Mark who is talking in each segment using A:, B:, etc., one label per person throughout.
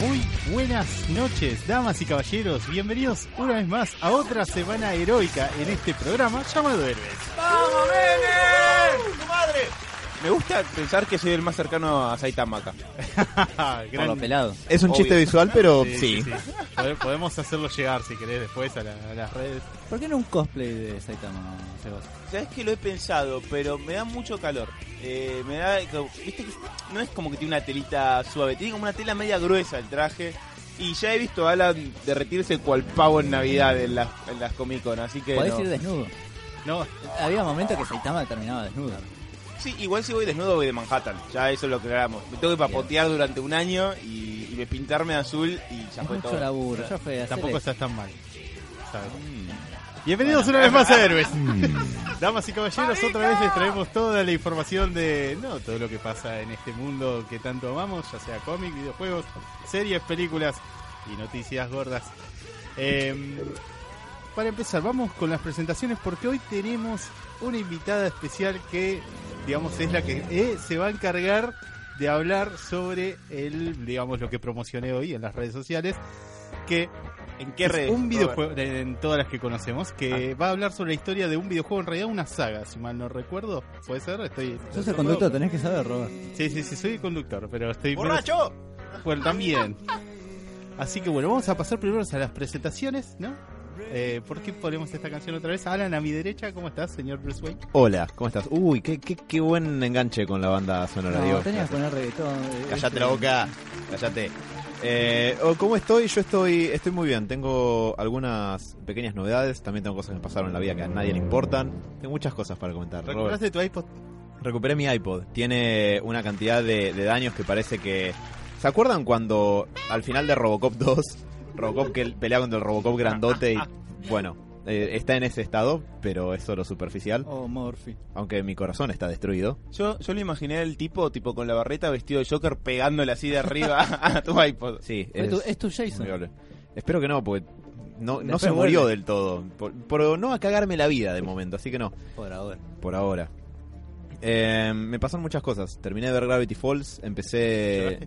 A: Muy buenas noches, damas y caballeros. Bienvenidos una vez más a otra semana heroica en este programa llamado Héroes.
B: ¡Vamos, nene! ¡Tu madre!
C: Me gusta pensar que soy el más cercano a Saitama acá.
A: Gran-
D: pelado.
C: Es un chiste visual, pero
A: sí,
C: sí.
A: sí. Pod- Podemos hacerlo llegar si querés después a, la- a las redes.
D: ¿Por qué no un cosplay de Saitama, Sebas?
C: Sabes que lo he pensado, pero me da mucho calor. Eh, me da, co- viste que no es como que tiene una telita suave, tiene como una tela media gruesa el traje. Y ya he visto a Alan derretirse cual pavo en Navidad en las, en las Comic Con, así que.
D: Podés
C: no.
D: ir desnudo.
A: No,
D: Había momentos que Saitama terminaba desnudo.
C: Sí, igual si voy desnudo voy de Manhattan, ya eso lo aclaramos. Me tengo que papotear durante un año y, y me pintarme de azul y ya
D: Es
C: fue
D: mucho
C: todo.
D: laburo. Ya fue hacer
A: tampoco
D: eso.
A: estás tan mal. ¿sabes? Bienvenidos una vez más a Héroes. Damas y caballeros, otra vez les traemos toda la información de no todo lo que pasa en este mundo que tanto amamos, ya sea cómic, videojuegos, series, películas y noticias gordas. Eh, para empezar, vamos con las presentaciones porque hoy tenemos una invitada especial que, digamos, es la que eh, se va a encargar de hablar sobre el, digamos, lo que promocioné hoy en las redes sociales, que
C: ¿En qué
A: es
C: redes?
A: un
C: Robert? Ah.
A: videojuego de- en todas las que conocemos que va a hablar sobre la historia de un videojuego en realidad una saga si mal no recuerdo puede ser estoy
D: Sos el conductor, tenés que saber, Robert.
A: sí sí sí soy el conductor pero estoy
C: ¡Borracho!
A: bueno, también así que bueno vamos a pasar primero a las presentaciones no eh, ¿Por qué ponemos esta canción otra vez? Alan, a mi derecha, ¿cómo estás, señor Bruce Wayne?
B: Hola, ¿cómo estás? Uy, qué, qué, qué buen enganche con la banda sonora,
D: No,
B: Dios.
D: tenías que poner reggaetón. eh,
B: Callate
D: este-
B: la boca, callate. Eh, oh, ¿Cómo estoy? Yo estoy estoy muy bien. Tengo algunas pequeñas novedades. También tengo cosas que me pasaron en la vida que a nadie le importan. Tengo muchas cosas para comentar. Robert.
A: ¿Recuperaste tu iPod?
B: Recuperé mi iPod. Tiene una cantidad de, de daños que parece que. ¿Se acuerdan cuando al final de Robocop 2, Robocop que pelea contra el Robocop grandote y. Bueno, eh, está en ese estado, pero es solo superficial.
D: Oh, Morphy.
B: Aunque mi corazón está destruido.
C: Yo, yo lo imaginé al tipo, tipo con la barreta vestido de Joker pegándole así de arriba a tu iPod.
B: Sí,
D: Es, tu, es tu Jason.
B: Inviable. Espero que no, porque no, no
D: Después
B: se murió
D: vuelve.
B: del todo. Por, por no a cagarme la vida de momento, así que no,
D: Por ahora.
B: por ahora. Eh, me pasan muchas cosas. Terminé de ver Gravity Falls, empecé...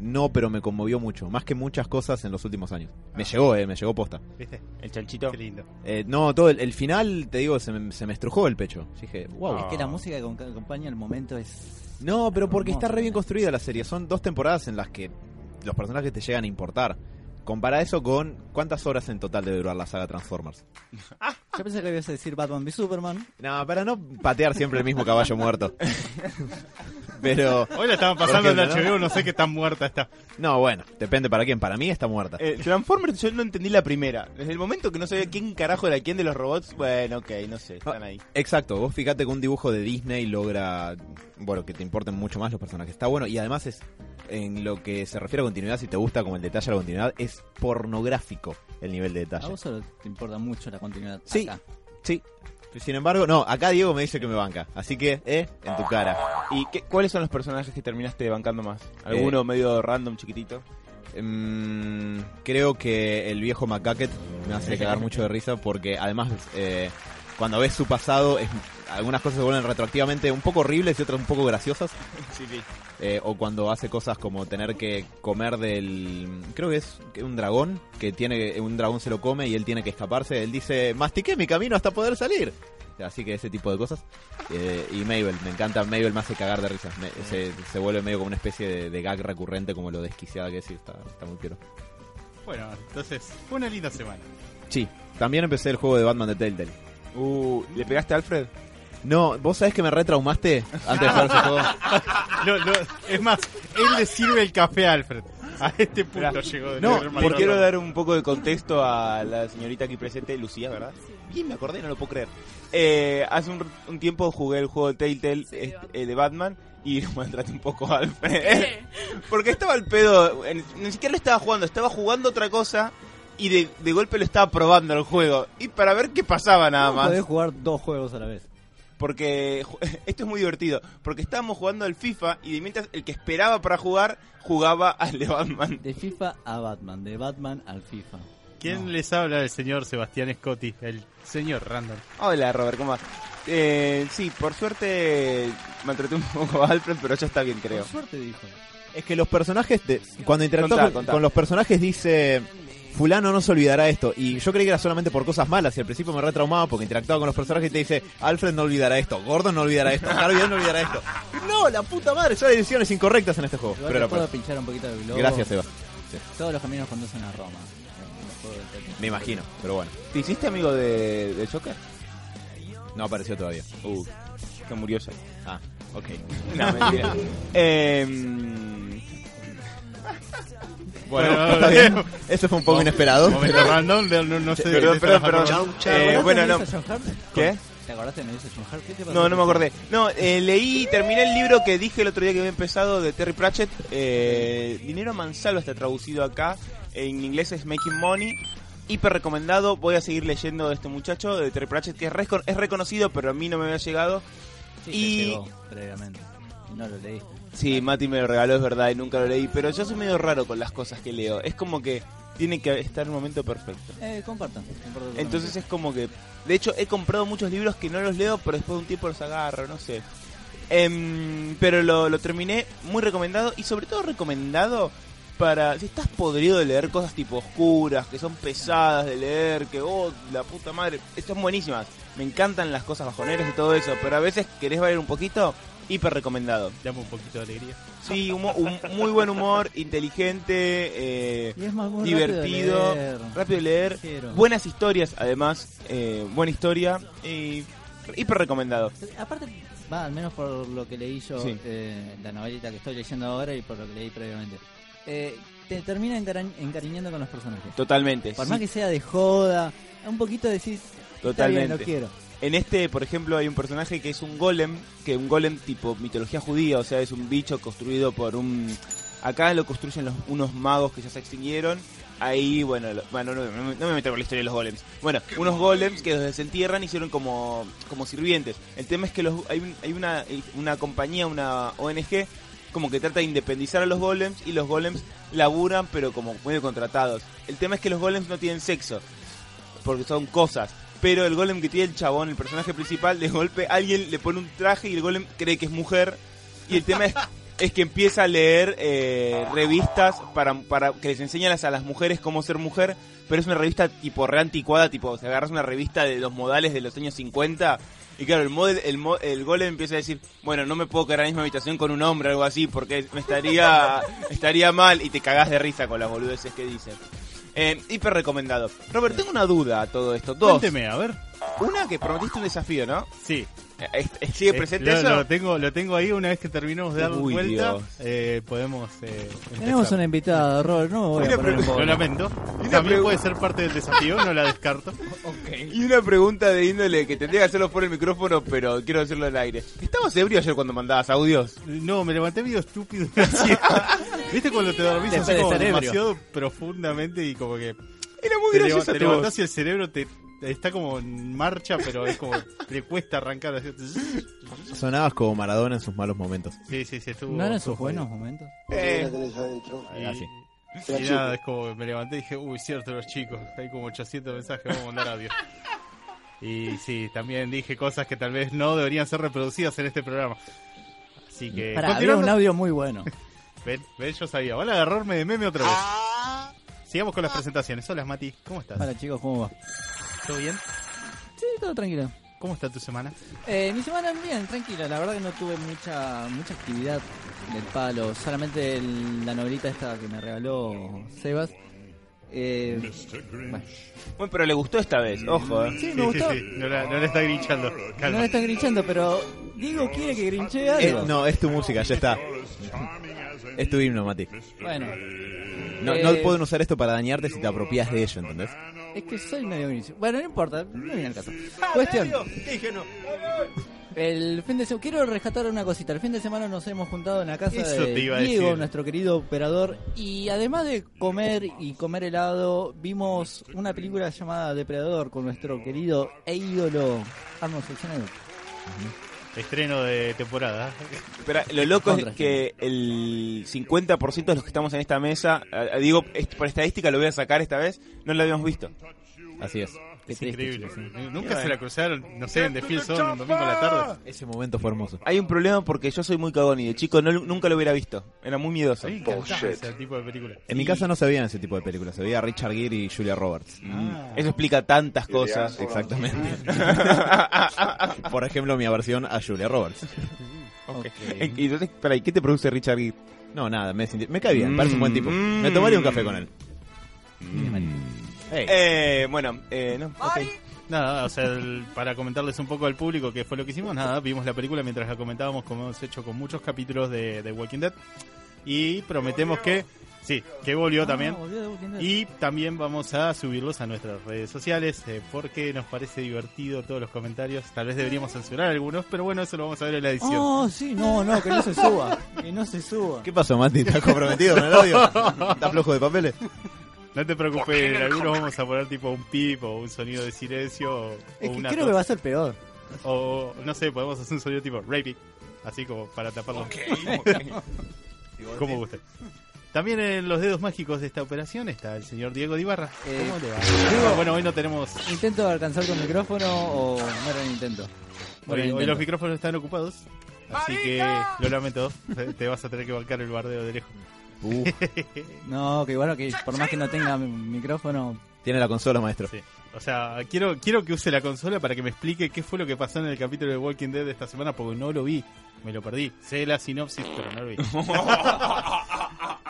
B: No, pero me conmovió mucho, más que muchas cosas en los últimos años. Me
A: Ah.
B: llegó, eh, me llegó posta.
A: ¿Viste?
C: El chanchito.
A: Qué lindo.
B: Eh, no, todo el, el final, te digo, se me, se me estrujó el pecho. Dije, wow.
D: Oh, Es que la música que acom- acompaña el momento es.
B: No, pero porque
D: Hermoso.
B: está re bien construida la serie. Son dos temporadas en las que los personajes te llegan a importar. Compara eso con cuántas horas en total debe durar la saga Transformers.
D: Yo pensé que ibas a decir Batman v Superman.
B: No, para no patear siempre el mismo caballo muerto. Pero,
A: Hoy la estaban pasando
B: ¿Por
A: en
B: qué
A: la
B: no?
A: HBO, no sé qué tan muerta está.
B: no, bueno, depende para quién. Para mí está muerta.
C: Eh, Transformers yo no entendí la primera. Desde el momento que no sabía quién carajo era quién de los robots, bueno, ok, no sé, están ahí.
B: Exacto, vos fíjate que un dibujo de Disney logra, bueno, que te importen mucho más los personajes. Está bueno y además es, en lo que se refiere a continuidad, si te gusta como el detalle de la continuidad, es pornográfico el nivel de
D: A
B: detalle.
D: vos solo te importa mucho la continuidad.
B: Sí.
D: Acá.
B: Sí. Sin embargo, no, acá Diego me dice que me banca. Así que, eh, en tu cara.
C: ¿Y qué- cuáles son los personajes que terminaste bancando más? ¿Alguno medio random, chiquitito?
B: Mm, creo que el viejo Macaquet me hace cagar mucho de risa porque además eh, cuando ves su pasado, es- algunas cosas se vuelven retroactivamente un poco horribles y otras un poco graciosas.
C: Sí, sí.
B: Eh, o cuando hace cosas como tener que comer del... Creo que es un dragón, que tiene un dragón se lo come y él tiene que escaparse. Él dice, mastiqué mi camino hasta poder salir. Así que ese tipo de cosas. Eh, y Mabel, me encanta, Mabel me hace cagar de risa. Me- se, se vuelve medio como una especie de, de gag recurrente, como lo desquiciada que es. y Está, está muy piro.
A: Bueno, entonces, fue una linda semana.
B: Sí, también empecé el juego de Batman de Telltale.
C: Uh, ¿Le pegaste a Alfred?
B: No, vos sabés que me retraumaste antes de jugar ese juego.
A: Lo- lo- es más, él le sirve el café a Alfred. A este punto
C: Esperá.
A: llegó. de
C: No,
A: tener
C: porque
A: mal
C: quiero
A: olor.
C: dar un poco de contexto a la señorita aquí presente, Lucía, ¿verdad? Bien, me acordé, no lo puedo creer. Eh, hace un, un tiempo jugué el juego Telltale
E: Sí, de
C: este,
E: Batman.
C: eh, de Batman y maltraté un poco a Alfred. Porque estaba al pedo, en- ni siquiera lo estaba jugando, estaba jugando otra cosa y de, de golpe lo estaba probando el juego. Y para ver qué pasaba nada
D: ¿Cómo
C: más.
D: Podés jugar dos juegos a la vez.
C: Porque ju- esto es muy divertido. Porque estábamos jugando al FIFA y de mientras el que esperaba para jugar jugaba al de Batman.
D: De FIFA a Batman, de Batman al FIFA.
A: ¿Quién
D: No.
A: les habla? El señor Sebastián Scotti, el señor Random.
C: Hola Robert, ¿cómo vas? Eh, sí, por suerte maltraté un poco a Alfred, pero ya está bien, creo.
D: Por suerte dijo.
B: Es que los personajes, de- cuando interactúas
C: Contá,
B: con-
C: contá.
B: con los personajes dice, fulano no se olvidará esto. Y yo creí que era solamente por cosas malas y al principio me retraumaba porque interactuaba con los personajes y te dice, Alfred no olvidará esto, Gordon no olvidará esto, Harvey no olvidará esto. No, la puta madre, son decisiones incorrectas en este juego.
D: Igual
B: Pero
D: que
B: era
D: puedo
C: pues,
B: pro.
D: pinchar un poquito de globo.
B: Gracias, Eva.
D: Todos los caminos conducen a Roma. en el juego del Tetris.
B: Me imagino, pero bueno,
C: ¿Te hiciste amigo de, de Joker?
B: no apareció todavía.
C: Uh, que murió ya.
B: Ah, ok.
C: No, mentira. Em,
B: Bueno,
A: Bueno,
B: está
A: bien.
B: bien. Eso fue un poco inesperado.
A: Momento random, no, no, no sé.
C: Perdón,
A: de
C: perdón,
A: esa
C: perdón.
A: forma.
C: Eh,
D: ¿Te acordaste de
C: bueno, no.
D: Melissa John Hart?
C: ¿Qué?
D: ¿Te acordaste de Melissa John Hart? ¿Qué te pasó?
C: No, no me acordé. No, eh, leí, terminé el libro que dije el otro día que había empezado de Terry Pratchett. eh, Dinero Mansalva está traducido acá. En inglés es Making Money. Hiper recomendado. Voy a seguir leyendo de este muchacho de Terry Pratchett, que es, resco- es reconocido, pero a mí no me había llegado.
D: Sí,
C: Y-
D: y... llegó previamente. No lo leí.
C: Sí, Mati me lo regaló, es verdad, y nunca lo leí. Pero yo soy medio raro con las cosas que leo. Es como que tiene que estar el momento perfecto.
D: Eh, compartan. no importa totalmente.
C: Entonces eh, es como que. De hecho, he comprado muchos libros que no los leo, pero después de un tiempo los agarro, no sé. Em, pero lo, lo terminé muy recomendado y sobre todo recomendado para. Si estás podrido de leer cosas tipo oscuras, que son pesadas de leer, que oh, la puta madre. Están buenísimas. Me encantan las cosas bajoneras y todo eso, pero a veces querés variar un poquito, hiper recomendado.
A: Dame un poquito de alegría.
C: Sí, humo- un- muy buen humor, inteligente, eh,
D: Y es más muy
C: divertido,
D: rápido de leer.
C: rápido de leer.
D: Ligero.
C: Buenas historias, además. eh, buena historia. Y hiper recomendado.
D: Aparte, va, al menos por lo que leí yo,
C: Sí.
D: eh, la novelita que estoy leyendo ahora y por lo que leí previamente. Eh, te termina encari- encariñando con los personajes.
C: Totalmente.
D: Por
C: sí,
D: más que sea de joda, un poquito decís,
C: Totalmente.
D: Totalmente. lo quiero.
C: En este, por ejemplo, hay un personaje que es un golem, que un golem tipo mitología judía, o sea, es un bicho construido por un... Acá lo construyen los- unos magos que ya se extinguieron. Ahí, bueno, lo- bueno no, no- no me meto con la historia de los golems. Bueno, unos golems que los desentierran hicieron como, como sirvientes. El tema es que los, hay, un- hay una, una compañía, una ONG, como que trata de independizar a los golems y los golems laburan, pero como medio contratados. El tema es que los golems no tienen sexo porque son cosas. Pero el golem que tiene el chabón, el personaje principal, de golpe alguien le pone un traje y el golem cree que es mujer. Y el tema es, es que empieza a leer eh, revistas para, para que les enseñan a las mujeres cómo ser mujer. Pero es una revista tipo re anticuada, tipo, se agarras una revista de los modales de los años 50. Y claro, el, model, el, mo- el golem empieza a decir, bueno, no me puedo quedar en la misma habitación con un hombre o algo así, porque me estaría, estaría mal y te cagás de risa con las boludeces que dicen. Eh, hiper recomendado. Robert, tengo una duda a todo esto. Dos.
A: Cuénteme, a ver.
C: Una que prometiste un desafío, ¿no?
A: Sí.
C: Eh, es- es- ¿Sigue presente
A: Eh, lo,
C: eso?
A: Lo tengo, lo tengo ahí, una vez que terminemos de dar
C: Uy,
A: vuelta,
C: Dios.
A: eh, podemos eh,
D: Tenemos
A: empezar.
D: una invitada, Robert, no me voy
C: Mira,
D: a poner
C: pero-
D: en
A: Lo
D: bola.
A: lamento. También puede ser parte del desafío, no la descarto.
C: Y una pregunta de índole que tendría que hacerlo por el micrófono, pero quiero decirlo al aire. ¿Estabas ebrio ayer cuando mandabas audios?
A: No, me levanté medio estúpido. de la siesta. ¿Viste cuando te dormís
D: Después
A: así
D: de
A: como
D: estar ebrio.
A: demasiado profundamente y como que
C: Era muy
A: te, leva-
C: gracioso este
A: te
C: tu voz.
A: levantás y el cerebro te está como en marcha, pero es como le cuesta arrancar. así.
B: Sonabas como Maradona en sus malos momentos.
A: Sí, sí, sí, estuvo.
D: ¿No eran sus
A: estuvo jodido.
D: buenos momentos?
C: Eh,
A: Y,
B: Ah, sí.
A: y nada, es como que me levanté y dije, uy, cierto, los chicos, hay como 800 mensajes, vamos a mandar audio. Y sí, también dije cosas que tal vez no deberían ser reproducidas en este programa. Así que...
D: Pará, había
A: Eh, continuando-
D: un audio muy bueno.
A: Ven, ven, yo sabía. Van a agarrarme de meme otra vez. Sigamos con las presentaciones. Hola, Mati. ¿Cómo estás?
D: Hola chicos, ¿cómo va?
A: ¿Todo bien?
D: Sí, todo tranquilo.
A: ¿Cómo está tu semana?
D: Eh, mi semana bien, tranquila, la verdad que no tuve mucha mucha actividad del palo, solamente el- la novelita esta que me regaló Sebas. Eh, bueno,
C: bueno, pero le gustó esta vez, ojo. eh.
D: sí, me gustó.
A: No la, no la está grinchando.
D: No
A: Calma.
D: le están grinchando, pero Diego quiere que grinche
B: Eh,
D: algo.
B: no, es tu música, ya está. Es tu himno, Mati.
D: Bueno,
B: No,
D: Eh,
B: no pueden usar esto para dañarte si te apropias de ello, ¿entendés?
D: es que soy medio grinche. Bueno, no importa, no viene al caso. Cuestión. El fin de se- Quiero rescatar una cosita. El fin de semana nos hemos juntado en la casa
A: Eso
D: de
A: te iba a
D: Diego,
A: decir.
D: nuestro querido operador. Y además de comer y comer helado, vimos una película llamada Depredador con nuestro querido e ídolo Arnold Schwarzenegger.
A: Estreno de temporada.
C: Pero lo loco es
D: Contra,
C: que el 50% de los que estamos en esta mesa, eh, digo, est- por estadística lo voy a sacar esta vez, no lo habíamos visto.
B: Así es.
D: Qué
A: Es
D: triste,
A: increíble.
D: chicos, ¿eh?
A: Nunca se la cruzaron, no sé, en The Field Zone un domingo a la tarde.
B: Ese momento fue hermoso.
C: Hay un problema porque yo soy muy cagón y de chico no, nunca lo hubiera visto. Era muy miedoso.
A: A mí me encantaba ese tipo de película.
B: En mi casa no se veían ese tipo de películas, se veía a Richard Gere y Julia Roberts. Mm.
A: Ah.
C: Eso explica tantas cosas.
B: Exactamente. Por ejemplo, mi aversión a Julia Roberts.
C: Ok. Eh, Y entonces, para ¿qué te produce Richard Gere?
B: No, nada, me, sinti- me cae bien, parece un buen tipo. Me tomaría un café con él. Ey.
C: Eh, bueno, eh, no. ok.
A: Nada, o sea, el- para comentarles un poco al público qué fue lo que hicimos, nada, vimos la película mientras la comentábamos, como hemos hecho con muchos capítulos de, de Walking Dead. Y prometemos que, sí, que volvió también.
D: Ah, volvió de Walking Dead.
A: Y también vamos a subirlos a nuestras redes sociales eh, porque nos parece divertido todos los comentarios. Tal vez deberíamos censurar algunos, pero bueno, eso lo vamos a ver en la edición.
D: Oh, sí, no, no, que no se suba. Que no se suba.
B: ¿Qué pasó, Mati? ¿Estás comprometido con el audio? ¿Estás flojo de papeles?
A: No te preocupes, en algunos vamos a poner tipo un pip o un sonido de silencio o,
D: Es
A: o
D: que
A: una
D: creo que
A: tos.
D: va a ser peor.
A: O no sé, podemos hacer un sonido tipo raping, así como para taparlo. como guste. También en los dedos mágicos de esta operación está el señor Diego Dibarra.
D: Eh,
A: ¿Cómo le va? bueno, hoy no tenemos.
D: ¿Intento alcanzar con micrófono o no era un intento? No
A: Hoy, hoy
D: era un
A: los
D: intento.
A: micrófonos están ocupados. Así que lo lamento. te- Te vas a tener que bancar el bardeo de lejos.
B: Uh,
D: No, que bueno, que por más que no tenga mi- micrófono,
B: tiene la consola, maestro.
A: Sí. O sea, quiero, quiero que use la consola para que me explique qué fue lo que pasó en el capítulo de Walking Dead de esta semana, porque no lo vi. Me lo perdí. Sé la sinopsis, pero no lo vi.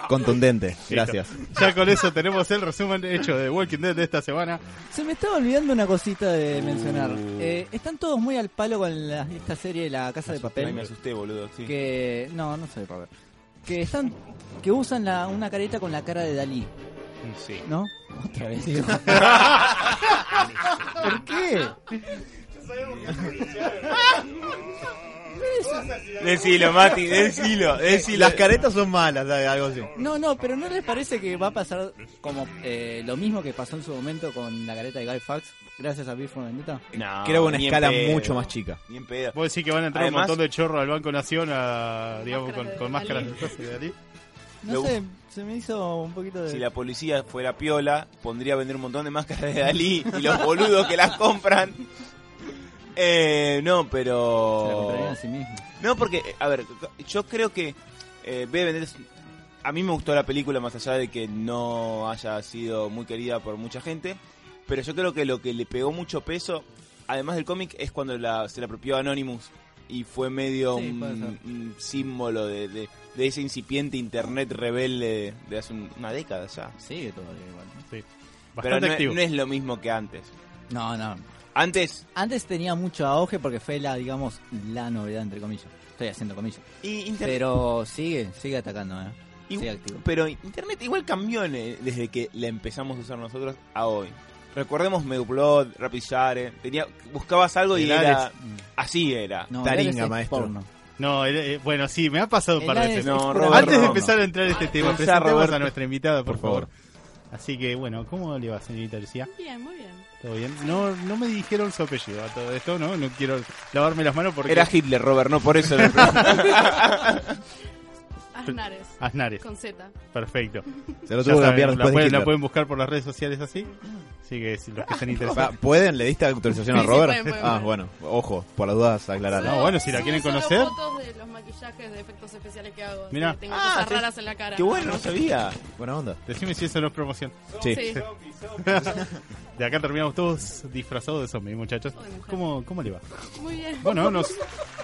B: Contundente, gracias.
A: Ya con eso tenemos el resumen hecho de Walking Dead de esta semana.
D: Se me estaba olvidando una cosita de mencionar. Eh, están todos muy al palo con la- esta serie La Casa de
C: Ay, me
D: Papel.
C: asusté, boludo. sí.
D: Que. No, no sé de papel. Que están. Que usan la- una careta con la cara de Dalí,
C: Sí.
D: ¿no? Otra vez, digo. ¿Por qué?
C: Decilo, Mati, decilo, decilo.
B: Las caretas son malas, dale, algo así.
D: No, no, pero ¿no les parece que va a pasar como eh, lo mismo que pasó en su momento con la careta de Guy Fawkes? Gracias a Beer for Vendetta.
C: No,
B: Creo que una
C: Ah, ni en
B: escala
C: pedo.
B: mucho más chica.
C: Ni en pedo.
A: Vos decís que van a entrar un
C: Además-
A: montón de chorros al Banco Nación a, digamos, con, con máscaras
E: Máscaras
A: de cosas de Dalí.
D: No
C: Lo-
D: sé, se me hizo un poquito de.
B: eh.
C: Si la policía fuera piola, pondría a vender un montón de máscaras de Dalí y los boludos que las compran. Eh, no,
D: Se la
C: pero.
D: comprarían a sí mismo.
C: No, porque, eh, a ver, yo creo que eh, B. Vendetta es- A mí me gustó la película, más allá de que no haya sido muy querida por mucha gente. Pero yo creo que lo que le pegó mucho peso, además del cómic, es cuando la, se la apropió Anonymous. Y fue medio
D: Sí, puede
C: un,
D: ser.
C: un símbolo de, de- de ese incipiente internet rebelde de hace un- una década ya.
D: Sigue todavía igual.
A: Bastante
C: pero no,
A: activo.
C: no es lo mismo que antes.
D: No, no.
C: Antes,
D: Antes tenía mucho auge porque fue la, digamos, la novedad, entre comillas. Estoy haciendo comillas.
C: y internet
D: Pero sigue, sigue atacando, ¿eh?
C: Igu-
D: Sigue activo.
C: Pero Internet igual cambió en- eh, desde que la empezamos a usar nosotros a hoy. Recordemos Meduplot, Rapid Share, tenía, buscabas algo y
A: El
C: era
A: Alex.
C: así era.
D: No,
B: Taringa,
D: Alex es
B: maestro.
D: porno.
A: Mm. No, el- eh, bueno, sí, me ha pasado un par de
D: El Alex
A: veces.
C: No,
D: es pura
C: Robert,
A: Antes de
D: porno.
A: empezar a entrar en este tema,
C: Pensá,
A: presentemos
C: Roberto.
A: a nuestra invitada, por,
B: Por
A: favor.
B: favor.
A: Así que, bueno, ¿cómo le va, señorita Lucía?
E: Bien, muy bien.
A: ¿Todo bien? No, no me dijeron su apellido a todo esto, ¿no? No quiero lavarme las manos porque...
C: Era Hitler, Robert, no por eso. lo-
E: Aznares.
A: Aznares,
E: Con Z.
A: perfecto.
B: Se lo
A: Ya
B: tuvo que cambiar
A: saben, la,
B: después de
A: pueden, la
B: Hitler.
A: pueden buscar por las redes sociales así. Así que si los que
C: Ah,
A: estén interesados...
B: Pa- Ah, ¿Pueden? ¿Le diste autorización a
E: Sí, sí,
B: Robert?
E: pueden, pueden,
B: ah,
E: pueden.
B: bueno, ojo, por las dudas aclarar.
A: No,
E: Solo-
A: bueno, si la quieren
E: subo solo
A: conocer.
E: fotos de los maquillajes de efectos especiales que hago.
A: Mirá.
E: Mira. Tengo
C: Ah,
E: cosas
C: sí.
E: raras en la cara.
C: Qué bueno, no sabía.
B: Buena onda.
A: Decime si eso no es promoción.
B: Sí.
E: Sí.
A: De acá terminamos todos disfrazados de zombies, muchachos.
E: Ay, mujer.
A: ¿Cómo, ¿Cómo le va?
E: Muy bien.
A: Bueno, nos,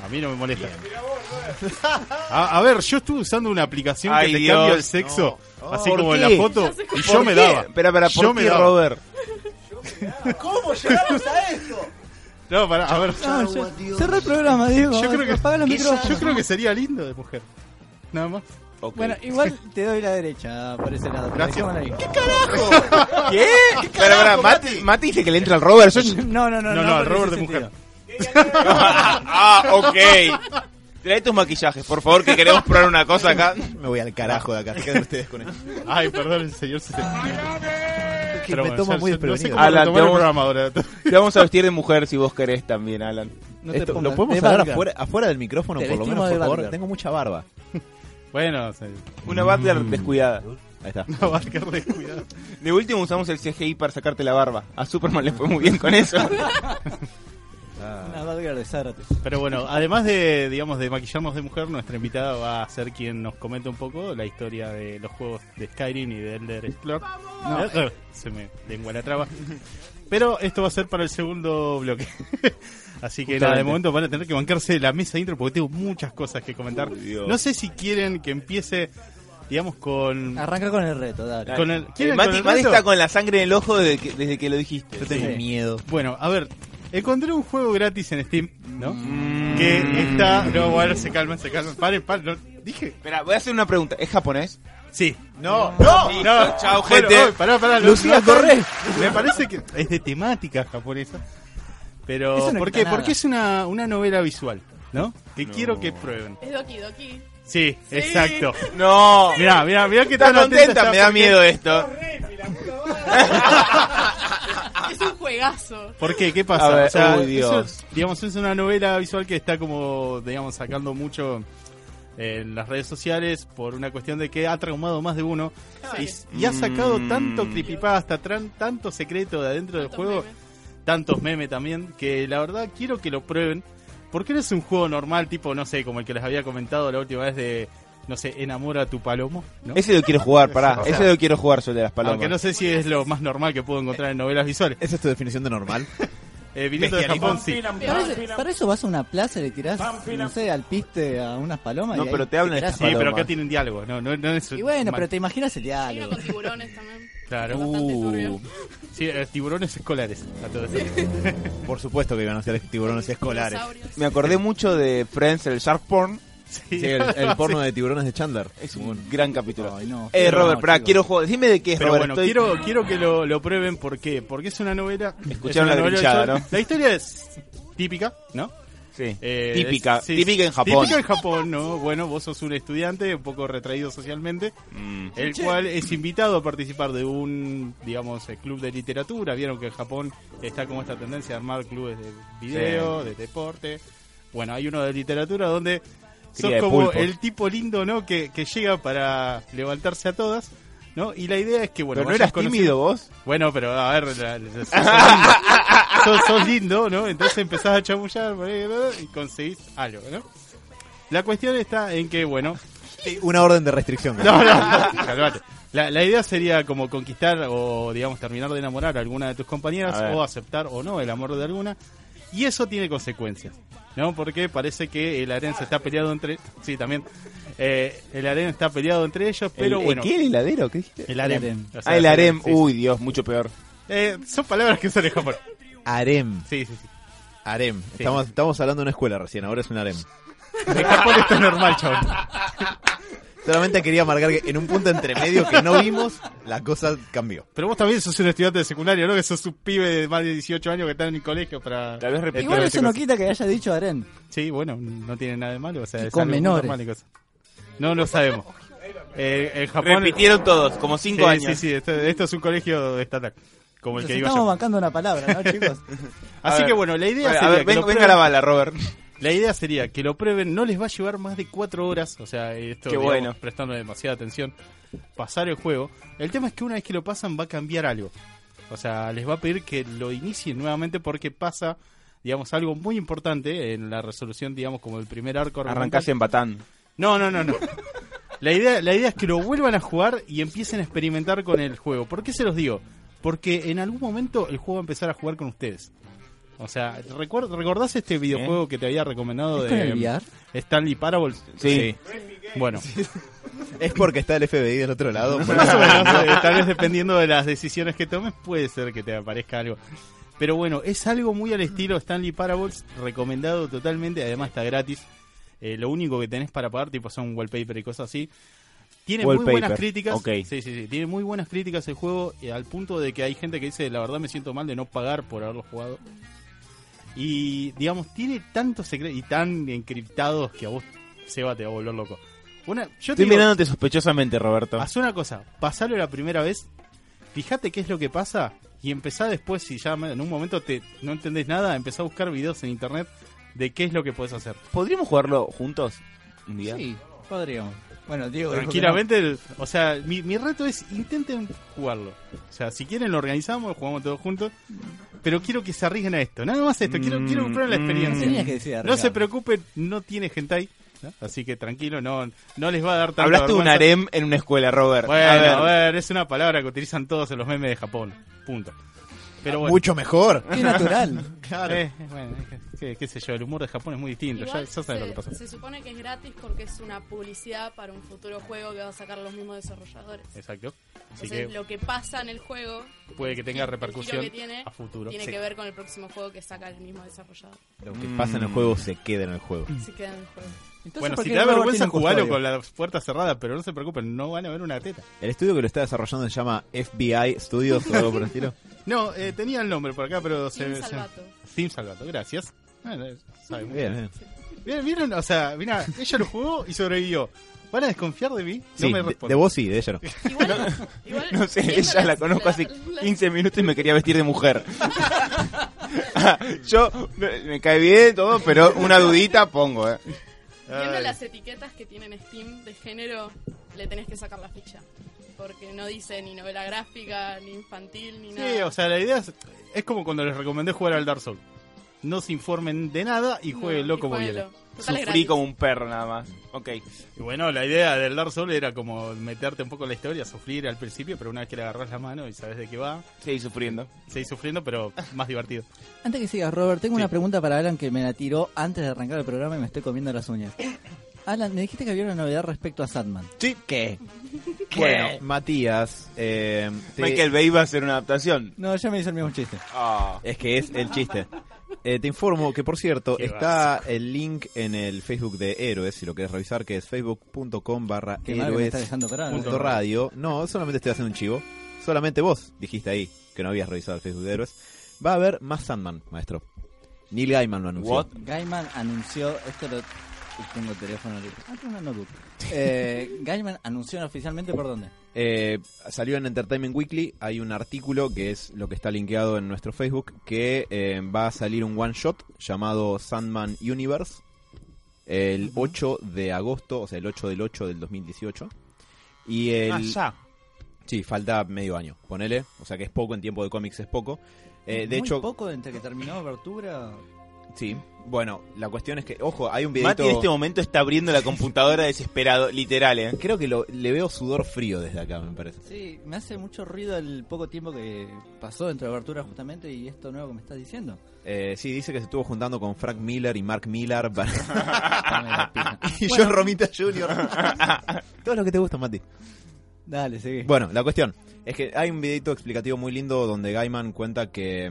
A: a mí no me molesta. A, a ver, yo estuve usando una aplicación
C: Ay,
A: que te
C: Dios,
A: cambia el sexo, así
C: ¿Por
A: como en la
C: qué?
A: foto,
E: Ya sé
A: y
E: cómo-
A: yo me daba.
C: Espera, espera,
A: Yo
C: ¿por
A: me
C: qué
A: daba.
C: Robert?
A: No, pará, a ver.
D: No, yo- cerrá el programa, Diego.
A: Yo creo, que,
D: Ah, Apaga los micrófonos.
A: yo creo que sería lindo de mujer. Nada más.
C: Ok.
D: Bueno, igual te doy la derecha por ese lado. pero
A: Gracias.
D: dejémosla ahí.
C: ¿Qué? Espera, espera, Mati, Mati dice que le entra al Robert. yo-
D: No, no, no.
A: No, no,
D: por
A: al
D: ese
A: Robert de
D: sentido.
A: mujer.
C: ah, ok. Trae tus maquillajes, por favor, que queremos probar una cosa acá.
B: Me voy al carajo de acá, se quedan ustedes con eso.
A: Ay, perdón, el señor se
B: que me toma muy
A: No sé
B: desprevenido.
A: cómo
C: Alan,
A: retomar el
C: te vamos-
A: programa ahora.
C: Te vamos a vestir de mujer si vos querés también, Alan.
D: No te
B: Esto,
D: pongas
B: ¿Lo podemos
D: de
B: hablar
D: valga.
B: afuera, afuera del micrófono,
D: Te
B: por lo
D: vestimos
B: menos,
D: de
B: por favor?
D: Vanguard.
B: Tengo mucha barba.
A: Bueno, se-
D: Mm.
C: Una Butler descuidada.
B: Ahí está.
A: No, Barker, descuidado.
C: De último usamos el CGI para sacarte la barba. A Superman le fue muy bien con eso.
B: Ah.
D: Una Badger de Zárate.
A: Pero bueno, además de, digamos, de maquillarnos de mujer, nuestra invitada va a ser quien nos comente un poco la historia de los juegos de Skyrim y de Elder Scrolls. No, se me lengua la traba. Pero esto va a ser para el segundo bloque. Así que nada, de
C: Justamente.
A: momento van a tener que bancarse la mesa de intro porque tengo muchas cosas que comentar.
C: Uy, Dios.
A: no sé si quieren que empiece, digamos, con...
D: Arranca con el reto, dale.
A: Con el- ¿quieren
C: Ah, Eh, Mati,
A: con el
C: Mati
A: reto?
C: está con la sangre en el ojo desde que, desde que lo dijiste.
A: Yo tengo
B: miedo.
A: Bueno, a ver, encontré un juego gratis en Steam, ¿no? Que está... No, bueno, se calman, se calman. Paren, paren. no, dije...
C: Espera, voy a hacer una pregunta. ¿Es japonés?
A: Sí. No,
C: no,
A: no.
C: chao,
A: Bueno,
C: gente.
A: oh, pará, pará, no,
B: Lucía,
A: no,
B: corre.
A: Me parece que es de temática japonesa. Pero,
D: Eso no
A: ¿por
D: quita
A: qué?
D: nada.
A: Porque es una, una novela visual, ¿no? Que quiero que prueben.
E: Es Doki Doki.
A: Sí,
E: Sí.
A: exacto.
C: No.
A: Mirá, mirá, mirá que
C: Está
A: tan atenta
C: contenta,
A: está
C: me da
A: porque-
C: miedo esto.
E: Es un juegazo.
A: ¿Por qué? ¿Qué pasa?
C: A ver,
A: o sea,
C: uy,
A: eso,
C: Dios.
A: digamos, es una novela visual que está como, digamos, sacando mucho en las redes sociales por una cuestión de que ha traumado más de uno y, y ha sacado
C: Mm.
A: tanto creepypasta, tran- tanto secreto de adentro del
E: Tantos
A: juego,
E: memes.
A: tantos memes también, que la verdad quiero que lo prueben, porque no es un juego normal, tipo, no sé, como el que les había comentado la última vez de, no sé, enamora a tu palomo, ¿no?
C: Ese lo quiero jugar, pará. Ese lo quiero jugar, sobre las palomas.
A: Aunque no sé si es lo más normal que puedo encontrar en novelas visuales.
B: ¿Esa es tu definición de normal?
A: Eh, viniendo de Japón, sí.
D: Para eso, para eso vas a una plaza y le tirás, no sé, al piste a unas palomas.
C: No,
D: y
C: pero
D: ahí
C: te hablan
D: tirás
C: estas
A: Sí,
D: y-
A: pero
C: Paloma.
A: acá tienen diálogo, no, no, no es
D: Y bueno,
A: mal-
D: pero te imaginas el
E: Hay uno
D: diálogo.
E: con tiburones también.
A: Claro. Uh,
E: Bastante turbio.
A: Sí, eh, tiburones escolares. a todo esto.
B: Por supuesto que iban a ser tiburones escolares.
E: Dinosaurios.
C: Me acordé mucho de Friends, el Shark Porn.
A: Sí,
B: Sí, el, el porno de tiburones de Chandler.
C: Es un gran capítulo.
D: Ay, no.
C: eh,
D: No,
C: Robert, pará,
D: chicos.
C: quiero jugar. Dime de qué es,
A: Pero
C: Robert.
A: bueno,
C: estoy-
A: quiero, quiero que lo, lo prueben porque porque es una novela.
C: Escucharon
A: es
C: la
A: una novela
C: trinchada,
A: visual.
C: ¿no?
A: La historia es típica, ¿no?
C: Sí.
A: Eh,
C: típica,
A: es- sí,
C: típica en Japón.
A: Típica en Japón, ¿no? Bueno, vos sos un estudiante un poco retraído socialmente, el cual es invitado a participar de un, digamos, eh, club de literatura. Vieron que en Japón está como esta tendencia de armar clubes de video, de deporte. Bueno, hay uno de literatura donde sos
C: Cría de
A: como
C: pulpos.
A: el tipo lindo, ¿no? Que, que llega para levantarse a todas, ¿no? Y la idea es que, bueno,
C: Pero no
A: vayas
C: eras
A: conociendo-
C: tímido vos.
A: bueno, pero a ver, la- la- sos, sos lindo. Sos- sos lindo, ¿no? Entonces empezás a chamullar por ahí, ¿no? y conseguís algo, ¿no? La cuestión está en que, bueno,
B: Una orden de restricción.
A: no, no, no, calmate. La, la idea sería como conquistar o, digamos, terminar de enamorar a alguna de tus compañeras
C: A ver.
A: o aceptar o no el amor de alguna. Y eso tiene consecuencias, ¿no? Porque parece que el aren se está peleado entre... Sí, también. Eh, el aren está peleado entre ellos, pero
C: ¿El- el
A: bueno...
C: ¿Qué? ¿El heladero? ¿Qué dijiste?
A: El harem.
D: harem.
A: O sea,
C: Ah, el harem.
A: sí, sí.
C: Uy, Dios, mucho peor.
A: Eh, son palabras que usan en Japón.
B: Harem.
A: Sí, sí, sí.
B: Harem. Estamos, estamos hablando de una escuela recién, ahora es un harem.
A: En Japón esto es normal, chabón.
B: Solamente quería marcar que en un punto entre medio que no vimos, la cosa cambió.
A: Pero vos también sos un estudiante de secundario, ¿no? Que sos un pibe de más de 18 años que está en el colegio para...
C: Tal vez repito.
A: Esto
D: Igual
A: es
D: eso no
A: cosa.
D: quita que haya dicho Aren.
A: Sí, bueno, no tiene nada de malo. O sea,
D: Y
A: es
D: con
A: algo muy
D: menores.
A: normal y cosa. No lo sabemos. Eh, en Japón...
C: Repitieron todos, como cinco
A: Sí,
C: años.
A: Sí, sí, esto, esto es un colegio estatal. Como el
D: Nos
A: que iba
D: estamos
A: yo.
D: bancando una palabra, ¿no, chicos?
A: Así
C: A
A: que
C: ver.
A: bueno, la idea
C: Bueno,
A: sería
C: a ver,
A: que
C: ven-
A: lo
C: venga
A: prueben-
C: la bala, Robert.
A: La idea sería que lo prueben, no les va a llevar más de cuatro horas, o sea, esto
C: Qué
A: digamos,
C: bueno.
A: prestando demasiada atención, pasar el juego. El tema es que una vez que lo pasan va a cambiar algo. O sea, les va a pedir que lo inicien nuevamente porque pasa, digamos, algo muy importante en la resolución, digamos, como el primer arco. argumental.
C: Arrancás empatando.
A: No, no, no, no. La idea, la idea es que lo vuelvan a jugar y empiecen a experimentar con el juego. ¿Por qué se los digo? Porque en algún momento el juego va a empezar a jugar con ustedes. O sea, recuer- ¿recordás este videojuego que te había recomendado
D: ¿Este ¿Es con
A: de em,
D: el VR?
A: Stanley Parable?
C: Sí.
A: Bueno,
B: Es porque está el FBI del otro lado. por
A: más
B: eso-
A: o menos, eh, tal vez dependiendo de las decisiones que tomes, puede ser que te aparezca algo. Pero bueno, es algo muy al estilo Stanley Parables, recomendado totalmente, además está gratis. Eh, lo único que tenés para pagar, tipo son wallpaper y cosas así. Tiene muy
C: Wallpaper,
A: buenas críticas.
C: ok.
A: Sí, sí, sí. Tiene muy buenas críticas el juego, eh, al punto de que hay gente que dice, la verdad me siento mal de no pagar por haberlo jugado. Y, digamos, tiene tantos secretos y tan encriptados que a vos, Seba, te va a volver loco. Una, yo te
C: Estoy
A: digo-
C: mirándote sospechosamente, Roberto.
A: Haz una cosa, pasalo la primera vez, fíjate qué es lo que pasa y empezá después, si ya en un momento te no entendés nada, empezá a buscar videos en internet de qué es lo que puedes hacer.
C: ¿Podríamos jugarlo juntos un día?
D: Sí, podríamos. Bueno, Diego. dijo que
A: Tranquilamente, el- o sea, mi, mi reto es intenten jugarlo. O sea, si quieren lo organizamos, lo jugamos todos juntos. Pero quiero que se arriesguen a esto. Nada más esto, quiero,
B: Mm,
A: quiero comprar la
B: mm.
D: No, No
A: experiencia.
D: tenías que decir
A: No
D: arriesgado.
A: se preocupen, no tiene hentai. ¿no? Así que tranquilo, no, no les va a dar tanta
C: Hablaste de un
A: vergüenza.
C: harem en una escuela, Robert.
A: Bueno,
C: a ver,
A: a ver, es una palabra que utilizan todos en los memes de Japón. Punto. Pero bueno.
B: Mucho mejor.
D: Qué natural.
B: Claro.
A: Eh, bueno, eh, qué, qué sé yo, el humor de Japón es muy distinto. Ya,
E: Igual
A: ya saben
E: se,
A: lo que pasa.
E: se supone que es gratis porque es una publicidad para un futuro juego que va a sacar los mismos desarrolladores.
A: Exacto. Así
E: Entonces,
A: que
E: lo que pasa en el juego
A: puede que tenga
E: el giro
A: repercusión
E: que tiene,
A: a futuro.
E: tiene
A: Sí.
E: que ver con el próximo juego que saca el mismo desarrollador.
B: Lo que pasa en el juego se queda en el juego.
E: Se queda en el juego.
D: Entonces,
A: Bueno,
D: ¿por
A: si
D: qué
A: te da
D: Robert
A: vergüenza
D: tiene un
A: jugarlo
D: custodio?
A: con la puerta cerrada, pero no se preocupen, no van a ver una teta.
B: El estudio que lo está desarrollando se llama FBI Studios o algo por el estilo.
A: No, eh, tenía el nombre por acá, pero se
E: Team
A: se-
E: Salvato.
A: Sim Salvato, gracias. Ah, no, sabe mucho.
B: Bien, bien.
A: Bien, ¿Vieron? O sea, mira, ella lo jugó y sobrevivió. ¿Van a desconfiar de mí? No
B: Sí,
A: me
B: de,
A: responden.
B: de vos sí, de ella no.
E: Igual, igual
C: No sé,
E: viendo
C: ella la
E: las-
C: conozco
E: la-
C: hace
E: la-
C: 15 minutos y me quería vestir de mujer. Ah, Yo me, me cae bien todo, pero una dudita pongo, eh.
E: Viendo
A: Ay.
E: las etiquetas que tienen Steam de género, le tenés que sacar la ficha. Porque no dice ni novela gráfica, ni infantil, ni nada.
A: Sí, o sea, la idea es, es como cuando les recomendé jugar al Dark Souls. No se informen de nada y
E: No,
A: jueguenlo
E: y
A: como
E: jueguenlo.
A: viene.
E: Total es
C: Sufrí
E: gratis.
C: como un perro nada más. Ok.
A: Y bueno, la idea del Dark Souls era como meterte un poco en la historia, sufrir al principio, pero una vez que le agarras la mano y sabes de qué va,
C: Seguí sufriendo.
A: seguís sufriendo, pero más divertido.
D: Antes que sigas, Robert, tengo
A: Sí.
D: una pregunta para Alan que me la tiró antes de arrancar el programa y me estoy comiendo las uñas. Alan, me dijiste que había una novedad respecto a Sandman.
B: Sí.
D: ¿Qué?
B: Bueno, Matías. eh, te-
C: Michael Bay va a hacer una adaptación.
D: No, ya me hizo el mismo chiste.
C: Ah.
B: Es que es el chiste. Eh, te informo que, por cierto,
A: Qué
B: está el link en el Facebook de Héroes, si lo querés revisar, que es facebook.com barra
D: Qué mal que me está
B: héroes
D: dejando parado. ¿eh?
B: punto radio. No, solamente estoy haciendo un chivo. Solamente vos dijiste ahí que no habías revisado el Facebook de Héroes. Va a haber más Sandman, maestro. Neil Gaiman lo anunció.
C: What?
D: Gaiman anunció, esto lo uy, tengo el teléfono ahorita. Ah, tengo una notebook. Eh, Gaiman anunció oficialmente por dónde.
B: Eh, salió en Entertainment Weekly, hay un artículo que es lo que está linkeado en nuestro Facebook, que eh, va a salir un one shot llamado Sandman Universe el 8 de agosto, o sea, el 8 del 8 del 2018. Y el...
A: Ah, ya.
B: Sí, falta medio año, ponele, o sea que es poco, en tiempo de cómics es poco. Eh, de
D: Muy
B: hecho,
D: poco entre que terminó Abertura.
B: sí. Bueno, la cuestión es que, ojo, hay un videito...
C: Mati en este momento está abriendo la computadora desesperado, literal, eh.
B: Creo que lo- le veo sudor frío desde acá, me parece.
D: Sí, me hace mucho ruido el poco tiempo que pasó entre Abertura justamente y esto nuevo que me estás diciendo.
B: Eh, sí, dice que se estuvo juntando con Frank Miller y Mark Miller para...
D: Dame la pija.
B: y John Romita Jr. Todo lo que te gusta, Mati.
D: Dale, seguí.
B: Bueno, la cuestión es que hay un videito explicativo muy lindo donde Gaiman cuenta que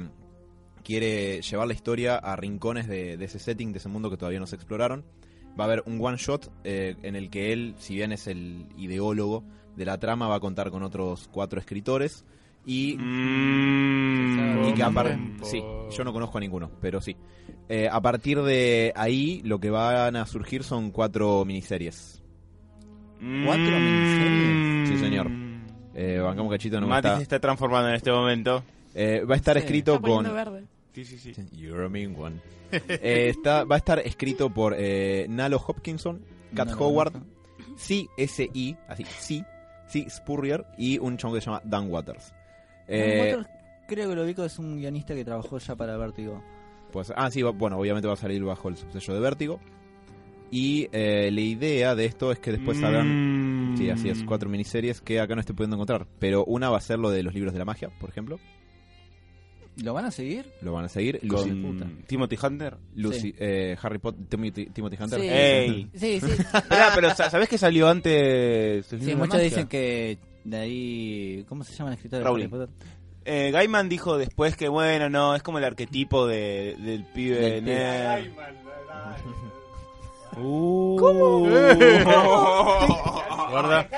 B: quiere llevar la historia a rincones de, de ese setting, de ese mundo que todavía no se exploraron. Va a haber un one shot eh, en el que él, si bien es el ideólogo de la trama, va a contar con otros cuatro escritores. Y
D: Mm.
B: y que a par-
A: Tiempo.
B: sí, yo no conozco a ninguno, pero sí. Eh, a partir de ahí, lo que van a surgir son cuatro miniseries.
D: ¿Cuatro
C: Mm.
D: miniseries?
B: Sí, señor. Eh, bancamos cachito, no
C: Mati
B: está.
C: se está transformando en este momento.
B: Eh, va a estar
D: Sí.
B: escrito
E: Está
B: con.
E: poniendo verde.
C: Sí, sí, sí.
B: You're a mean one. Eh, está, va a estar escrito por eh, Nalo Hopkinson, Cat
D: No lo
B: Howard,
D: conozco.
B: sí, S.I., así, sí, sí, Spurrier y un chongo que se llama Dan Waters. Eh,
D: Otro creo que lo ubico es un guionista que trabajó ya para Vértigo.
B: Pues, ah, sí, va- bueno, obviamente va a salir bajo el sello de Vértigo. Y eh, la idea de esto es que después habrán, sí, así es, cuatro miniseries que acá no estoy pudiendo encontrar. Pero una va a ser lo de los libros de la magia, por ejemplo.
D: ¿Lo van a seguir?
B: Lo van a seguir.
D: Cosas de puta.
B: Con
C: Timothy Hunter.
B: Lucy,
D: Sí.
B: eh, Harry Potter, Timothy, Timothy Hunter.
D: Sí.
C: Ey.
D: Sí, sí.
C: Esperá, pero sa- ¿sabés que salió antes? el libro
D: sí
C: de
D: muchos
C: magia?
D: dicen que de ahí. ¿Cómo se llama el escritor de
C: Rowling.
D: Harry Potter?
C: Eh, Gaiman dijo después que, bueno, no, es como el arquetipo de, del pibe
D: Del pibe.
C: nerd. Uh.
A: Guarda.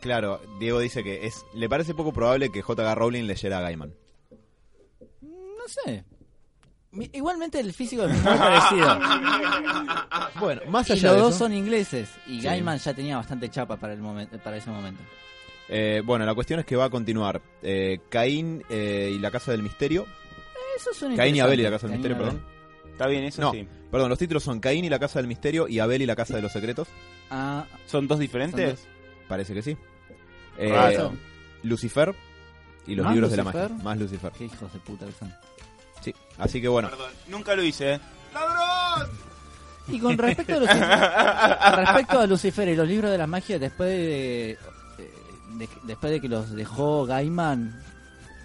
B: Claro, Diego dice que es le parece poco probable que J.K. Rowling leyera a Gaiman.
D: No sé. Mi- Igualmente el físico es muy parecido.
B: Ah, Bueno, más
D: y los
B: allá de
D: dos
B: eso,
D: son ingleses. Y
B: Sí.
D: Gaiman ya tenía bastante chapa para, el momento, para ese momento.
B: eh, bueno, la cuestión es que va a continuar eh, Caín eh, y la Casa del Misterio.
D: Eso suena
B: Caín y Abel y la
D: Mm. interesante.
B: Casa del Misterio,
D: Caín y Abel.
B: perdón.
C: Está bien, eso
B: No,
C: sí.
B: perdón, los títulos son Caín y la Casa del Misterio y Abel y la Casa de los Secretos.
D: Ah,
C: ¿Son dos diferentes?
D: Son
B: Parece que sí. Eh,
C: Raro.
B: Lucifer y los
D: ¿Más
B: libros de la
D: Lucifer?
B: magia. Más Lucifer.
D: qué hijos de puta que son.
B: Sí. Así que bueno.
C: Perdón, nunca lo hice, ¿eh? ¡Ladrón!
D: Y con respecto a Lucifer, respecto a Lucifer y los libros de la magia, después de, eh, de- después de que los dejó Gaiman,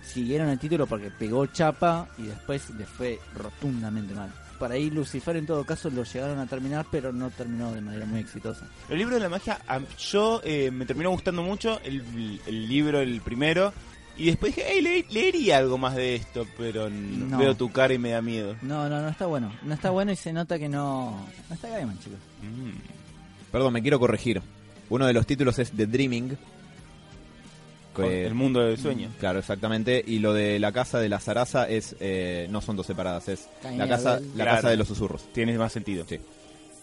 D: siguieron el título porque pegó chapa y después le fue rotundamente mal. Por ahí Lucifer en todo caso lo llegaron a terminar, pero no terminó de manera muy exitosa.
C: El libro de la magia, a- yo eh, me terminó gustando mucho el, el libro, el primero. Y después dije, hey, le- leería algo más de esto, pero n-
D: No.
C: veo tu cara y me da miedo.
D: No, no, no está bueno. No está bueno y se nota que no... No está Gaiman, chicos.
B: Perdón, me quiero corregir. Uno de los títulos es The Dreaming.
C: Con
D: Pues,
B: que-
C: el mundo del sueño.
B: Mm, Claro, exactamente. Y lo de la casa de la zaraza es. eh, no son dos separadas, es
D: Caín
B: la
D: y
B: casa,
D: Abel.
B: la
C: Claro.
B: casa de los susurros.
C: Tiene más sentido.
B: Sí.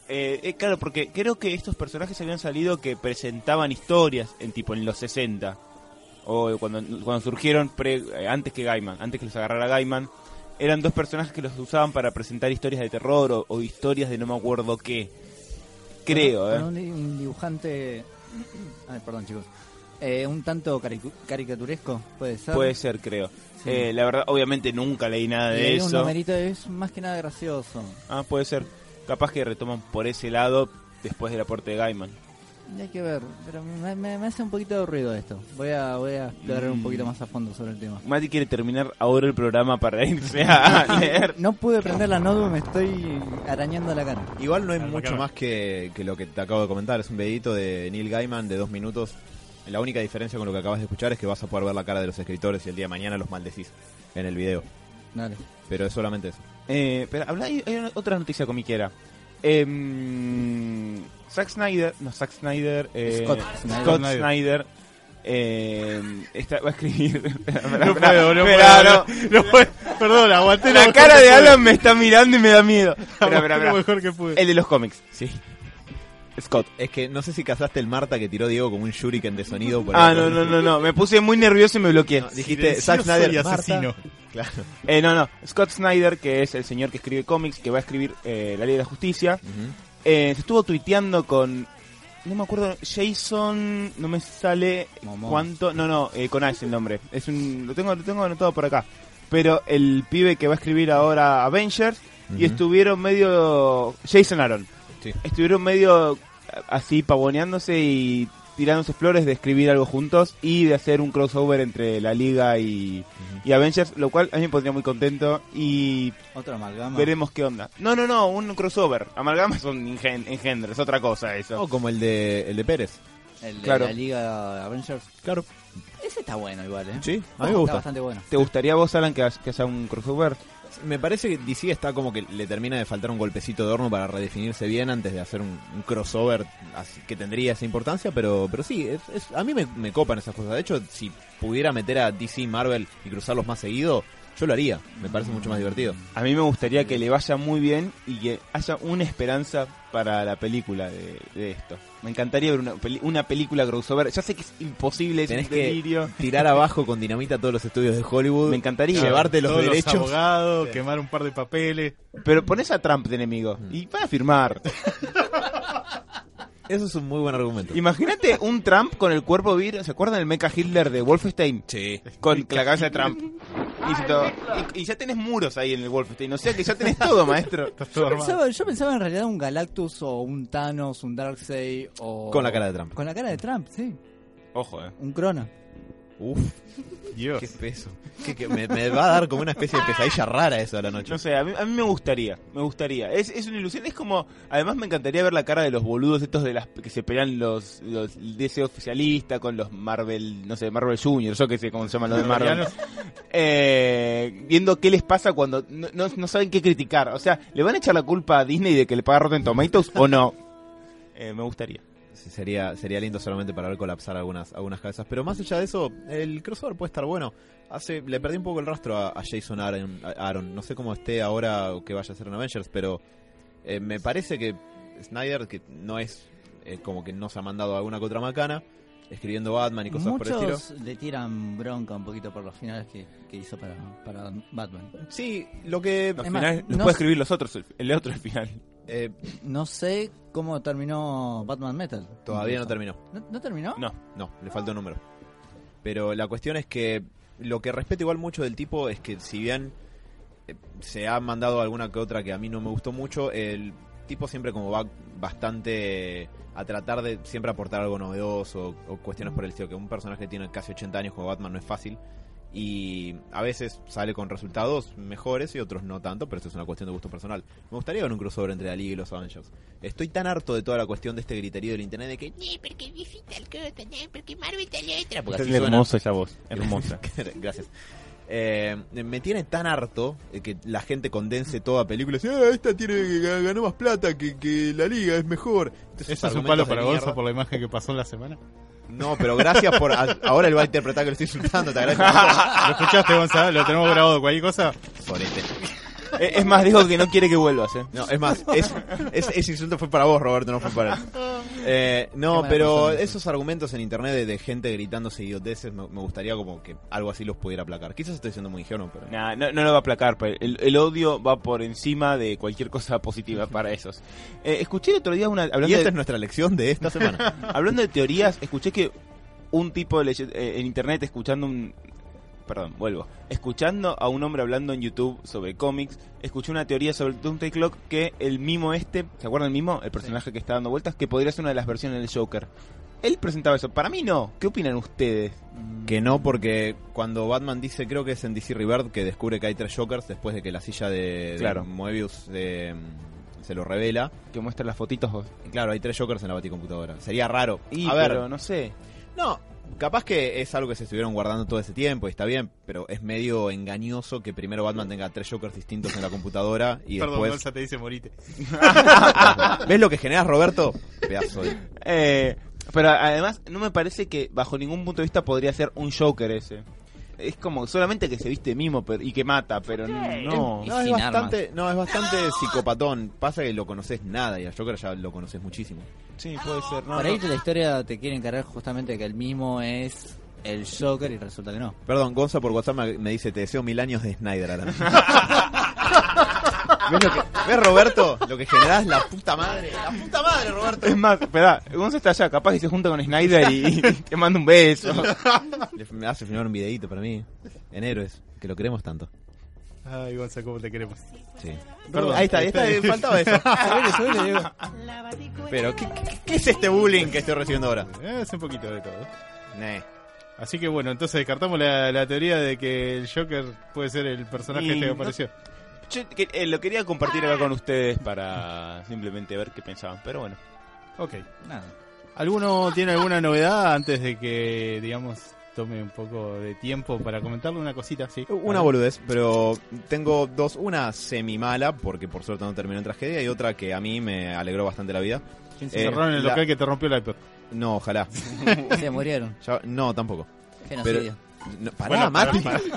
C: Eh, eh, claro, porque creo que estos personajes habían salido que presentaban historias en tipo en los 60. O cuando, cuando surgieron pre- eh, antes que Gaiman, antes que los agarrara Gaiman. Eran dos personajes que los usaban para presentar historias de terror o, o historias de no me acuerdo qué. Creo,
D: Con
C: ¿eh?
D: un, un dibujante... Ay, perdón, chicos. Eh, un tanto caricu- caricaturesco, puede ser.
C: Puede ser, creo.
D: Sí.
C: Eh, la verdad, obviamente nunca leí nada
D: Y
C: de
D: hay un
C: eso.
D: numerito, es más que nada gracioso.
C: Ah, puede ser. Capaz que retoman por ese lado después del aporte de Gaiman.
D: Y hay que ver, pero me, me- me hace un poquito de ruido esto. Voy a, voy a explorar un
C: Mm.
D: poquito más a fondo sobre el tema.
C: Mati quiere terminar ahora el programa para irse a
B: Er.
C: leer.
D: No pude prender la notebook, me estoy arañando la cara.
B: Igual no hay
A: Calma,
B: mucho
A: calma.
B: más que, que lo que te acabo de comentar. Es un videito de Neil Gaiman de dos minutos. La única diferencia con lo que acabas de escuchar es que vas a poder ver la cara de los escritores y el día de mañana los maldecís en el video.
D: Dale.
B: Pero es solamente eso.
C: Eh, pero habla, hay, hay una- otra noticia comiquera. Em, Zack Snyder, no Zack Snyder, eh,
D: Scott Snyder.
C: Scott
A: Snyder.
C: Snyder, em, está- va a escribir. Espera, espera,
A: No
C: espera,
A: puedo, no
C: espera, no.
A: puedo. no- no puedo. Perdón, aguanté
C: La
A: lo
C: cara
A: mejor
C: de
A: que pude.
C: Alan me está mirando y me da miedo. Espera, espera,
A: Aguanté lo
C: espera.
A: mejor que pude.
C: El de los cómics,
B: Sí.
C: Scott.
B: Es que no sé si casaste el Marta que tiró Diego como un shuriken de sonido. por
C: Ah,
B: el-
C: no, no, no, no, me puse muy nervioso y me bloqueé.
B: No, dijiste Zack
A: Silencioso
B: Snyder
A: y
B: Marta.
A: asesino.
B: Claro.
C: Eh, no, no, Scott Snyder, que es el señor que escribe cómics, que va a escribir eh, La Ley de la Justicia.
B: Ujú.
C: Eh, se estuvo tuiteando con. No me acuerdo, Jason. No me sale
D: Momoa.
C: cuánto. No, no, eh, con A es el nombre. Es un, lo, tengo, lo tengo anotado por acá. Pero el pibe que va a escribir ahora Avengers. Y
B: Ujú.
C: estuvieron medio. Jason Aaron.
B: Sí.
C: Estuvieron medio eh, así pavoneándose y tirándose flores de escribir algo juntos y de hacer un crossover entre la liga y, y Avengers, lo cual a mí me pondría muy contento y
D: Otra amalgama.
C: Veremos qué onda. No, no, no, un crossover. Amalgamas son ingen- engendros, es otra cosa eso.
B: O como el de, el de Pérez.
D: El de
C: claro.
D: la Liga Avengers.
B: Claro. Ah,
D: Ese está bueno igual, ¿eh?
B: Sí, a mí me
D: Está
B: gusta.
D: bastante bueno.
C: ¿Te gustaría a vos, Alan, que, ha- que haya un crossover?
B: Me parece que DC está como que le termina de faltar un golpecito de horno para redefinirse bien antes de hacer un, un crossover así que tendría esa importancia, pero pero sí, es- es- a mí me, me copan esas cosas. De hecho, si pudiera meter a DC y Marvel y cruzarlos más seguido, yo lo haría. Me parece mucho más divertido.
C: A mí me gustaría que le vaya muy bien y que haya una esperanza para la película de, de esto. Me encantaría ver una, peli- una película crossover. Ya sé que es imposible, es
B: Tenés
C: un
B: que-
C: delirio.
B: Tirar abajo con dinamita todos los estudios de Hollywood.
C: Me encantaría.
B: Llevarte los
A: Todos
B: derechos.
A: abogados, quemar un par de papeles.
C: Pero pones a Trump de enemigo y van a firmar.
B: Eso es un muy buen argumento.
C: Imagínate un Trump con el cuerpo vir. ¿Se acuerdan del mecha Hitler de Wolfenstein?
B: Sí.
C: Con la cabeza de Trump. Y, todo- y- y ya tenés muros ahí en el Wolfenstein. O sea que ya tenés todo, maestro.
A: Estás todo
D: Yo
A: armado.
D: pensaba, yo pensaba en realidad un Galactus o un Thanos, un Darkseid o...
B: Con la cara de Trump.
D: Con la cara de Trump, sí.
C: Ojo, eh.
D: Un Crono.
B: Uf,
A: Dios.
B: qué peso. Qué- qué- me, me va a dar como una especie de pesadilla rara eso a la noche.
C: No sé, a mí, a mí me gustaría. Me gustaría. Es, es una ilusión. Es como. Además, me encantaría ver la cara de los boludos estos de las que se pelean los, los DC oficialista con los Marvel. No sé, Marvel Junior. Yo qué sé cómo se llaman los de Marvel. Eh, viendo qué les pasa cuando no, no- no saben qué criticar. O sea, ¿le van a echar la culpa a Disney de que le paga Rotten Tomatoes o no? Eh, me gustaría.
B: Sí, Sería, sería lindo solamente para ver colapsar algunas, algunas cabezas. Pero más allá de eso, el crossover puede estar bueno. Hace, le perdí un poco el rastro a, a Jason Aaron, a- Aaron. No sé cómo esté ahora o que vaya a ser en Avengers, pero eh, me parece que Snyder, que no es eh, como que no se ha mandado alguna que otra macana, escribiendo Batman y cosas por el estilo.
D: Muchos le tiran bronca un poquito por los finales que, que hizo para, para Batman.
B: Sí, lo que...
C: Los
D: Es más,
C: finales los
D: no
C: puede
D: sé-
C: escribir los otros, el, el otro final.
B: eh,
D: No sé cómo terminó Batman Metal.
B: todavía no
D: Incluso.
B: terminó.
D: ¿No, no terminó?
C: No.
B: No, le falta un número. Pero la cuestión es que lo que respeto igual mucho del tipo es que si bien eh, se ha mandado alguna que otra que a mí no me gustó mucho, el tipo siempre como va bastante a tratar de siempre aportar algo novedoso o cuestiones por el estilo, que un personaje que tiene casi 80 años como Batman no es fácil. Y a veces sale con resultados mejores y otros no tanto, pero eso es una cuestión de gusto personal. Me gustaría ver un crossover entre la Liga y los Avengers. Estoy tan harto de toda la cuestión de este griterío del internet de que
F: Ni porque visita el coto, ni porque Marvel te le otra.
B: porque
C: Es
B: así suena.
C: hermosa esa voz, hermosa.
B: Gracias. Eh, me tiene tan harto eh, que la gente condense toda película y dice, "Ah, esta tiene, ganó más plata que, que la liga, es mejor. Entonces,
A: ¿Eso es un
B: argumentos
A: palo
B: de
A: para
B: mierda.
A: Gonza por la imagen que pasó en la semana?
B: No, pero gracias por... a- ahora él va a interpretar que lo estoy insultando, te agradezco.
A: ¿Lo escuchaste, Gonza? ¿Lo tenemos grabado? ¿Cualquier cosa?
B: Sorete.
C: Eh, es más, dijo que no quiere que vuelvas, ¿eh?
B: este. No, es más, es- es- ese insulto fue para vos, Roberto, no fue para él. Eh,
D: Qué
B: no,
D: mala
B: pero
D: persona.
B: esos argumentos en internet de, de gente gritándose idioteces, me, me gustaría como que algo así los pudiera aplacar. Quizás estoy siendo muy ingenuo, pero...
C: Nah, no, no lo va a aplacar. pero El, el odio va por encima de cualquier cosa positiva para esos. Eh, escuché el otro día una. Hablando,
B: Y este esta
C: de,
B: es nuestra lección de esta semana.
C: hablando de teorías, escuché que un tipo de leye- eh, en internet escuchando un. Perdón, vuelvo. Escuchando a un hombre hablando en YouTube sobre cómics, escuché una teoría sobre el Doomsday Clock que el mimo este, ¿se acuerdan el mimo? El personaje que está dando vueltas, que podría ser una de las versiones del Joker. Él presentaba eso. Para mí no. ¿Qué opinan ustedes?
D: Mm,
B: Que no, porque cuando Batman dice, creo que es en DC Rebirth, que descubre que hay tres Jokers después de que la silla de, de
C: Claro.
B: Moebius eh, se lo revela.
C: Que muestran las fotitos vos.
B: Y claro, hay tres Jokers en la Baticomputadora. Sería raro.
C: Y,
B: A ver,
C: pero no sé.
B: no, capaz que es algo que se estuvieron guardando todo ese tiempo y está bien, pero es medio engañoso que primero Batman tenga tres Jokers distintos en la computadora y
A: Perdón,
B: después...
A: Gonza te dice morite.
B: ¿Ves lo que generas, Roberto? Pedazo de...
C: Eh, pero además, no me parece que bajo ningún punto de vista podría ser un Joker ese. Es como solamente que se viste mimo pero- y que mata, pero no.
D: Y
B: No, es
D: sin
B: bastante, no, es bastante psicopatón. Pasa que lo conoces nada y a Joker ya lo conoces muchísimo.
C: Sí, puede ser. No,
D: Por ahí
C: no.
D: la historia te quiere encargar justamente que el mismo es el Joker y resulta que no.
B: Perdón, Gonza por WhatsApp me me dice, te deseo mil años de Snyder ahora mismo". ¿Ves, lo que- ves, Roberto? Lo que generás, la puta madre. La puta madre, Roberto.
C: Es más, espera, Gonza está allá, capaz que se junta con Snyder y, y te manda un beso.
B: Le- Me hace filmar un videíto para mí. En héroes, que lo queremos tanto.
A: Ay, Gonza, ¿cómo te queremos?
B: Sí.
A: Perdón.
B: ahí está, ahí
C: Este
B: está, faltaba eso.
F: La
B: Pero, ¿qué, qué- qué es este bullying que estoy recibiendo ahora?
A: Eh, es un poquito de todo.
B: Nah.
A: Así que bueno, entonces descartamos la, la teoría de que el Joker puede ser el personaje
C: Y
A: este que
C: no-
A: apareció.
C: Yo que- eh, lo quería compartir acá con ustedes para simplemente ver qué pensaban, pero bueno.
A: Ok.
D: Nada.
A: ¿Alguno tiene alguna novedad antes de que, digamos, tome un poco de tiempo para comentarle una cosita? Sí.
B: Una
A: A ver.
B: boludez, pero tengo dos. Una semi mala, porque por suerte no terminó en tragedia, y otra que a mí me alegró bastante la vida.
A: Se
B: Eh,
A: cerraron el
B: la-
A: local que te rompió el iPod.
B: No, ojalá.
D: Se murieron.
B: Ya- no, tampoco.
D: Genocidio.
B: No, pará,
A: Bueno,
B: Mati.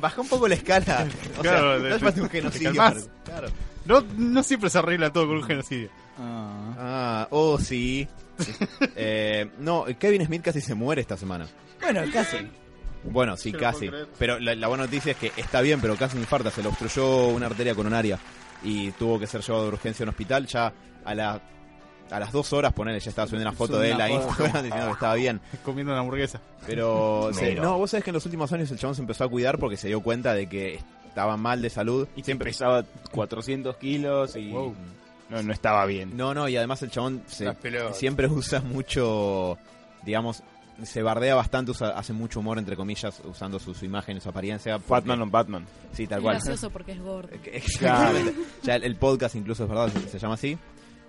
B: Baja un poco la escala. O
A: Claro,
B: sea,
A: te-
B: no es más de un
A: te
B: genocidio.
A: calmás.
B: pero- Claro.
A: No, no siempre se arregla todo con un genocidio.
D: Ah.
B: Ah, oh, sí. Eh, no, Kevin Smith casi se muere esta semana.
D: Bueno, casi.
B: Bueno, sí,
A: Se lo
B: casi.
A: puedo creer.
B: Pero la, la buena noticia es que está bien, pero casi infarta. Se le obstruyó una arteria coronaria y tuvo que ser llevado de urgencia a un hospital. Ya a, la- a las dos horas, ponele, ya estaba subiendo una foto de él
D: Una
B: a
D: foto.
B: Instagram diciendo que estaba bien.
A: Comiendo una hamburguesa.
B: Pero, se- no, vos sabés que en los últimos años el chabón se empezó a cuidar porque se dio cuenta de que estaba mal de salud.
C: Y siempre pesaba 400 kilos y
A: Wow.
C: no, no estaba bien.
B: No, no, y además el chabón se- siempre usa mucho, digamos, se bardea bastante, usa- hace mucho humor, entre comillas, usando su, su imagen, su apariencia. porque-
C: Batman on Batman.
B: Sí, tal
E: Es
B: cual.
E: gracioso porque es gordo.
B: Exactamente. Ya el, el podcast incluso es verdad, se, se llama así.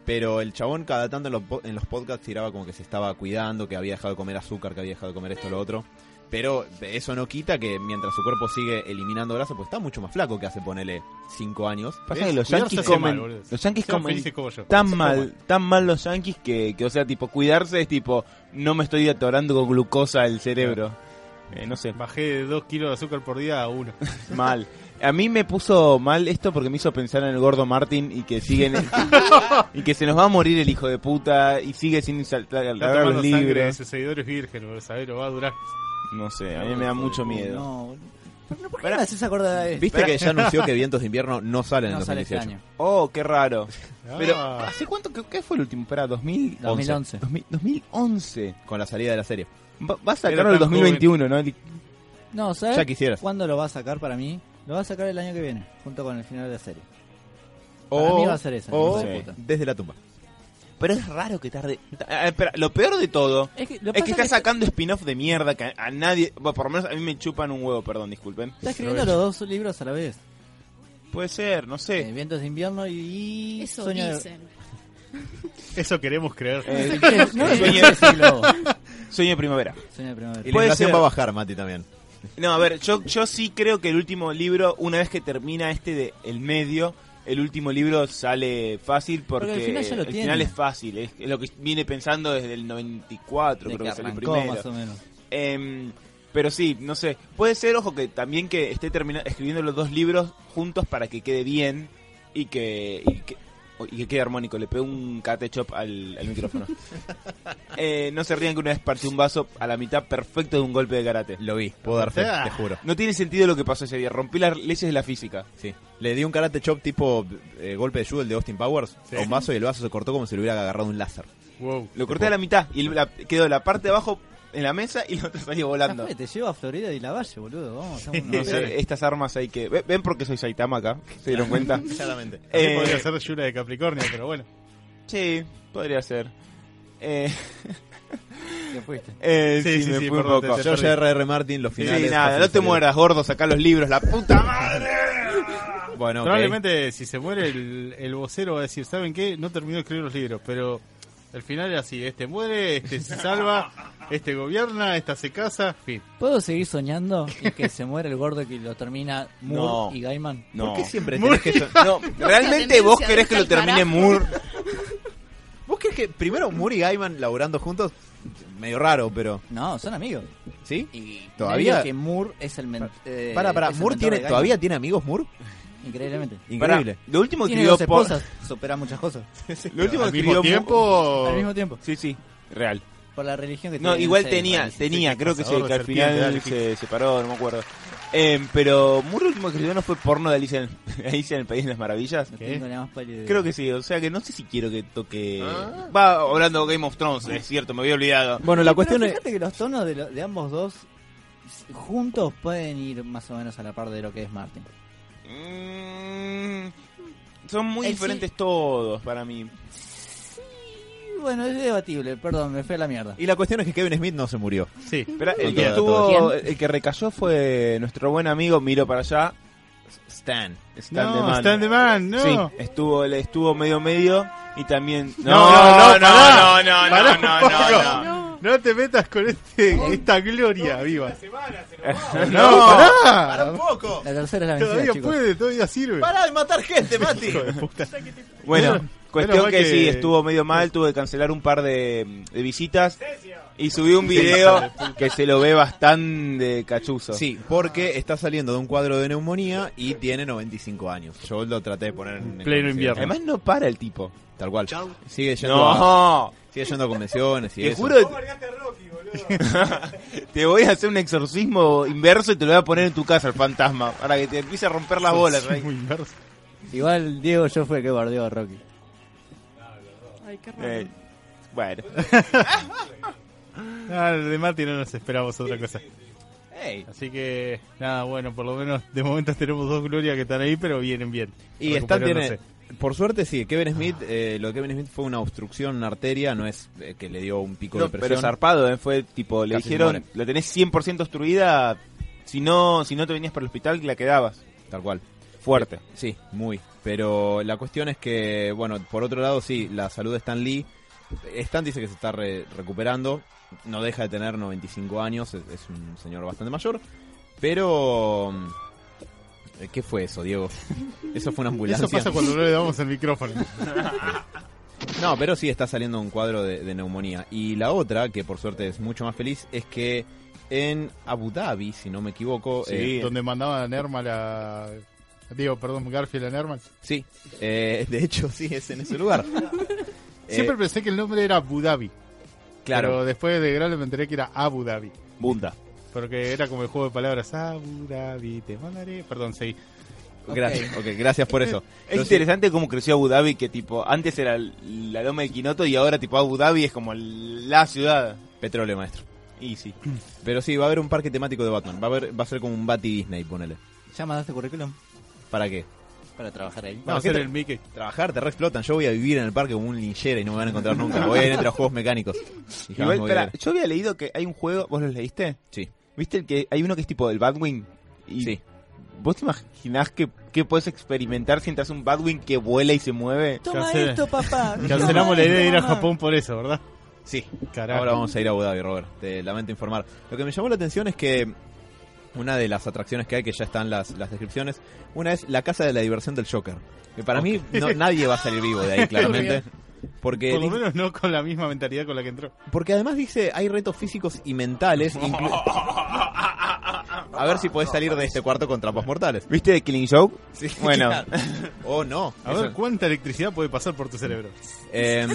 B: Pero el chabón cada tanto en los, po- en los podcasts tiraba como que se estaba cuidando, que había dejado de comer azúcar, que había dejado de comer esto, lo otro. Pero eso no quita que mientras su cuerpo sigue eliminando grasa, pues está mucho más flaco que hace, ponele, 5 años.
C: Pasa que los
A: Cuidarse
C: yankees
A: hace mal,
C: comen.
A: boludo.
C: los yankees
A: Sean
C: comen
A: felices como yo.
C: tan
A: Se
C: mal,
A: coman.
C: tan mal los yankees que, que, o sea, tipo, cuidarse es tipo, no me estoy atorando con glucosa el cerebro. Eh, no sé.
A: Bajé de 2 kilos de azúcar por día a 1.
C: Mal. A mí me puso mal esto porque me hizo pensar en el gordo Martin y que siguen y que se nos va a morir el hijo de puta y sigue sin saltar
A: Está tomando sangre de
C: libres.
A: sus seguidores virgen, boludo, sabés, lo va a durar.
C: No sé, a mí me da mucho miedo.
D: No, boludo. Pero, ¿Por qué me haces acordar de
B: Viste que ya anunció que Vientos de Invierno no salen en
D: Eh, No sale este
B: 2018.
D: año.
C: Oh, qué raro. Pero
A: Ah.
C: ¿hace cuánto que- qué fue el último? Para 2000
D: 2011.
C: 2000 2011.
B: Con la salida de la serie.
C: Va, va a
A: Era
C: sacarlo
A: tan
C: el 2021, ¿no? El-
D: No, ¿sabes?
B: Ya quisieras.
D: ¿Cuándo lo va a sacar para mí? Lo va a sacar el año que viene, junto con el final de la serie. Para
B: O,
D: mí va a ser esa,
B: o
D: hijo de puta.
B: desde la tumba.
C: Pero es raro que tarde. Ah, espera, lo peor de todo
D: Es que,
C: es que está sacando spin-off de mierda que a, a nadie, bueno, por lo menos a mí me chupan un huevo, perdón, disculpen.
D: está escribiendo los dos libros a la vez.
C: Puede ser, no sé.
D: Eh, Vientos de invierno y...
E: Eso
D: Eh, Sueño de-
E: dicen.
A: Eso queremos creer.
C: Eh,
D: No lo
C: Sueño-
D: pensé decirlo.
C: Sueño de primavera.
D: Sueño de primavera.
B: Y la
C: Puede
B: inflación
C: ser.
B: va a bajar, Mati, también.
C: No, a ver, yo, yo sí creo que el último libro, una vez que termina este de el medio, el último libro sale fácil porque,
D: Porque al final ya lo
C: el
D: tiene.
C: final es fácil, es lo que viene pensando desde el 94,
D: De
C: creo
D: que
C: que salió
D: arrancó,
C: primero.
D: más o menos.
C: Em, pero sí, no sé. Puede ser, ojo, que también que esté termina- escribiendo los dos libros juntos para que quede bien y que, y que, y que quede armónico. Le pego un catechop al, al micrófono. Eh, no se rían que una vez partí un vaso a la mitad perfecto de un golpe de karate.
B: Lo vi, puedo dar fe,
A: Ah.
B: te juro.
C: No tiene sentido lo que pasó ese día. Rompí las leyes de la física.
B: Sí. Le di un karate chop tipo eh, golpe de judo, el de Austin Powers,
A: Sí.
B: a un vaso y el vaso se cortó como si le hubiera agarrado un láser.
A: Wow.
C: Lo corté a la mitad y el- la- quedó la parte de abajo en la mesa y la otra salió
D: Ah,
C: volando.
D: fue, te llevo a Florida y la Valle, boludo. Vamos, hacemos una-
C: No sé, estas armas hay que... ve- ¿Ven porque soy Saitama acá? ¿Se dieron cuenta?
B: Claramente.
A: Así
C: Eh,
A: podría ser Yura de Capricornio, pero bueno.
C: Sí, podría ser. Eh,
D: Te fuiste.
C: eh,
A: Sí,
C: sí,
A: sí,
C: me
A: sí,
C: fui un
A: perdón,
C: poco.
A: te- te-
C: Yo-
B: George R.R. Martin, los
C: Sí,
B: finales.
C: nada, no te mueras, gordo, sacá los libros, la puta madre.
B: Bueno, ok.
A: Probablemente si se muere el, el vocero va a decir, ¿saben qué? No terminó de escribir los libros, pero al final era así, este muere, este se salva, este gobierna, esta se casa, fin.
D: ¿Puedo seguir soñando y que se muera el gordo que lo termina Moore
C: No.
D: y Gaiman?
C: No.
B: ¿Por qué siempre
A: Muy-
B: tenés que son-
C: No, realmente
E: tendencia
C: vos
E: de
C: querés que lo
E: irse al
C: termine
E: carajo.
C: Moore.
B: ¿Vos crees que primero Moore y Gaiman laburando juntos? Medio raro, pero.
D: No, son amigos.
B: ¿Sí?
D: Y
B: Todavía-
D: medio que Moore es el men- eh,
B: Para, para,
D: es el
B: ¿Moore
D: mentor
B: tiene,
D: de Gaiman.
B: todavía tiene amigos Moore?
D: Increíblemente.
C: Pará,
B: Increíble.
C: lo último que
D: Tiene
C: escribió
D: dos
C: por,
D: esposas, supera muchas cosas.
C: lo último que
A: al mismo
C: escribió Moore-
A: tiempo...
D: Al mismo tiempo,
C: Sí, sí, real.
D: por la religión que
C: Oh. No,
D: tiene,
C: igual
D: sé,
C: tenía,
D: parece.
C: tenía,
A: sí,
C: creo que,
A: cazador
C: se-
A: de
C: que al
A: serpientes, dale,
C: final
A: sí.
C: se separó, no me acuerdo. Em, pero Moore lo último que escribió no fue porno de Alicia en, Alicia en el País de las Maravillas.
D: No
A: ¿Qué?
D: tengo la más pálida idea.
C: Creo que sí, o sea que no sé si quiero que toque... Va hablando Game of Thrones, es cierto, me había olvidado.
B: Bueno, la
D: Pero
B: cuestión es.
D: fíjate que los tonos de, lo- de ambos dos s- juntos pueden ir más o menos a la par de lo que es Martin.
C: Mm, son muy
D: El
C: diferentes todos para mí.
D: Y Bueno, es debatible, perdón, me fue a la mierda.
B: Y la cuestión es que Kevin Smith no se murió.
A: Sí.
C: Pero el
B: Con
C: que
B: todo,
C: estuvo,
D: todo.
C: el que recayó fue nuestro buen amigo, miro para allá,
B: Stan.
C: Stan de
A: No,
C: Man.
A: Stand the Man, no.
C: Sí, estuvo, le estuvo medio medio y también...
A: no, no, pará.
C: no,
A: Pará un poco.
C: no, no.
A: No te metas con este, esta gloria viva.
C: No,
A: ¡Pará!
B: ¡Tampoco!
D: La tercera es la vencida,
A: Todavía
D: chicos.
A: puede, todavía sirve.
B: ¡Para de matar gente, Mati!
C: Bueno,
A: Menos- menos
C: cuestión
A: mal
C: que,
A: que-
C: sí, estuvo medio mal, tuve que cancelar un par de, de visitas y subí un video que se lo ve bastante cachuzo.
B: Sí, porque está saliendo de un cuadro de neumonía y tiene 95 años. Yo lo traté de poner en
A: Pleno
B: en-
A: invierno.
C: Además no para el tipo.
B: Tal cual. Sigue yendo, a,
C: No,
B: sigue yendo a convenciones y
C: te
B: eso.
C: juro. te voy a hacer un exorcismo inverso y te lo voy a poner en tu casa el fantasma para que te empiece a romper las bolas.
A: Sí,
C: ¿sabes?
A: muy inverso.
D: Igual Diego yo fue el que bardeó a Rocky.
E: Ay, qué raro.
C: Eh, bueno,
A: Ah, de Mati no nos esperamos otra cosa. Así que, nada, bueno, por lo menos de momento tenemos dos glorias que están ahí, pero vienen bien. eh.
B: Y Stan tiene.
A: recuperándose.
B: Por suerte, sí, Kevin Smith, eh, lo de Kevin Smith fue una obstrucción en una arteria, no es eh, que le dio un pico
C: No,
B: de presión.
C: pero zarpado, ¿eh? fue tipo, le
B: Casi se
C: dijeron,
B: muere.
C: la tenés 100% obstruida, si no, si no te venías para el hospital, la quedabas.
B: Tal cual.
C: Fuerte.
B: Sí, muy. Pero la cuestión es que, bueno, por otro lado, sí, la salud de Stan Lee. Stan dice que se está re- recuperando, no deja de tener 95 años, es, es un señor bastante mayor. Pero. mm, ¿Qué fue eso, Diego? Eso fue una ambulancia.
A: Eso pasa cuando no le damos el micrófono.
B: No, pero sí está saliendo un cuadro de, de neumonía. Y la otra, que por suerte es mucho más feliz, es que en Abu Dhabi, si no me equivoco. eh,
A: Donde mandaban a Nermal a. Digo, perdón, Garfield a Nermal.
B: sí, eh, de hecho sí, es en ese lugar. Eh,
A: Siempre pensé que el nombre era Abu Dhabi. Pero
B: claro,
A: después de grande me enteré que era Abu Dhabi.
B: Bunda.
A: Porque era como el juego de palabras Abu Dhabi, te mandaré. Perdón, seguí.
B: Gracias, ok, gracias por eso.
C: Es
B: Entonces,
C: interesante cómo creció Abu Dhabi, que tipo, antes era l- la loma del Quinoto y ahora tipo Abu Dhabi es como la ciudad.
B: Petróleo, maestro.
C: Y sí.
B: Pero sí, va a haber un parque temático de Batman. Va a, haber, va a ser como un Bati Disney, ponele.
D: ¿Ya mandaste currículum
B: ¿Para qué?
D: para trabajar ahí?
B: No,
A: Vamos a hacer
B: ¿qué te-
A: el Mickey.
B: Trabajar, te re explotan. Yo voy a vivir en el parque como un linchera y no me van a encontrar nunca. Voy a ir entre los juegos mecánicos. Y
C: Igual,
B: jamás me voy a
C: espera,
B: ver.
C: yo había leído que hay un juego, ¿vos los leíste?
B: Sí,
C: ¿Viste el que hay uno que es tipo del Batwing? Y
B: sí.
C: ¿Vos te imaginás que, que puedes experimentar si entras a un Batwing que vuela y se mueve?
D: Toma
A: Cancela.
D: esto, papá.
A: Cancelamos
D: Toma
A: la idea de ir a
D: esto, mamá.
A: Japón por eso, ¿verdad?
B: Sí,
A: Carajo.
B: Ahora vamos a ir a Abu Dhabi, Robert. Te lamento informar. Lo que me llamó la atención es que una de las atracciones que hay, que ya están las, las descripciones, una es la casa de la diversión del Joker. Que para mí no- nadie va a salir vivo de ahí, claramente. Porque,
A: Por lo
B: di-
A: menos no con la misma mentalidad con la que entró.
B: porque además dice, hay retos físicos y mentales. inclu- a ver si podés salir de este cuarto con trampas mortales.
C: ¿Viste de Killing Joke?
B: Sí,
C: Bueno.
B: claro. O no.
A: A
B: Eso-
A: ver cuánta electricidad puede pasar por tu cerebro.
B: Eh,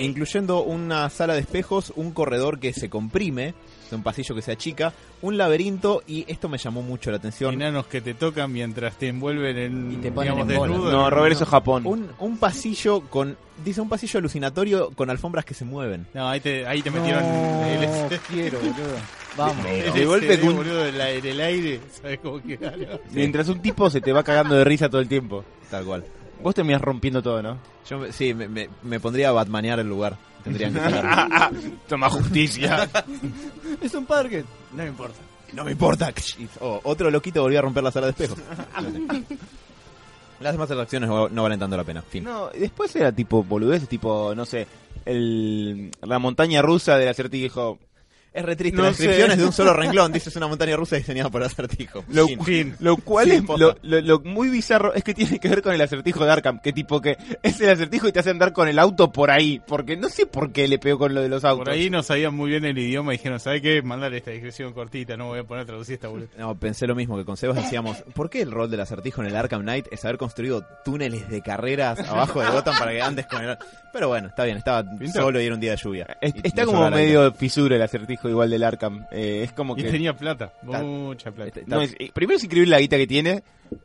B: incluyendo una sala de espejos, un corredor que se comprime, un pasillo que se achica, un laberinto y esto me llamó mucho la atención.
A: Enanos que te tocan mientras te envuelven en.
D: Y te ponen
A: digamos,
D: en bola.
A: desnudo.
C: No, Robert, eso es Japón.
B: Un, un pasillo con, dice un pasillo alucinatorio con alfombras que se mueven.
A: No, ahí te, ahí te metieron el
D: No,
A: este.
D: quiero, boludo. Vamos.
A: el
C: De golpe
A: SD,
C: con-
A: boludo, el aire, el aire. ¿Sabes cómo queda? no?
C: Mientras un tipo se te va cagando de risa todo el tiempo.
B: Tal cual.
C: Vos terminás rompiendo todo, ¿no?
B: Yo me- sí, me, me- me pondría a batmanear el lugar. Tendrían que sacarme.
C: Toma justicia.
D: Es un parque. No me importa.
B: No me importa. Y- oh, otro loquito volvió a romper la sala de espejos. Las demás atracciones no no valen tanto la pena. Fin.
C: no, después era tipo boludeces, tipo, no sé, el, la montaña rusa del acertijo.
B: Es re triste.
C: No
B: la descripción
C: sé.
B: es de un solo renglón. Dices una montaña rusa diseñada por acertijo.
C: Lo,
B: Fin.
C: lo cual
B: Sí,
C: es
B: posta.
C: lo, lo- lo muy bizarro es que tiene que ver con el acertijo de Arkham, que tipo que es el acertijo y te hace andar con el auto por ahí, porque no sé por qué le pegó con lo de los autos.
A: Por ahí no sabían muy bien el idioma y dijeron, ¿sabes qué? Mandar esta descripción cortita, no voy a poner a traducir esta boludo.
B: No, pensé lo mismo que con Sebas decíamos, ¿por qué el rol del acertijo en el Arkham Knight es haber construido túneles de carreras abajo de Gotham para que andes con el... Pero bueno, está bien, estaba
A: Pinta.
B: solo y era un día de lluvia.
C: Es-
B: Y
C: está
B: le
C: como
B: sobraba la
C: medio fisura el acertijo igual del Arkham. Eh, es como
A: Y
C: que...
A: tenía plata,
B: Está-
A: mucha
B: guita.
A: plata.
B: Está-
C: No, es- eh, primero es increíble la guita que tiene.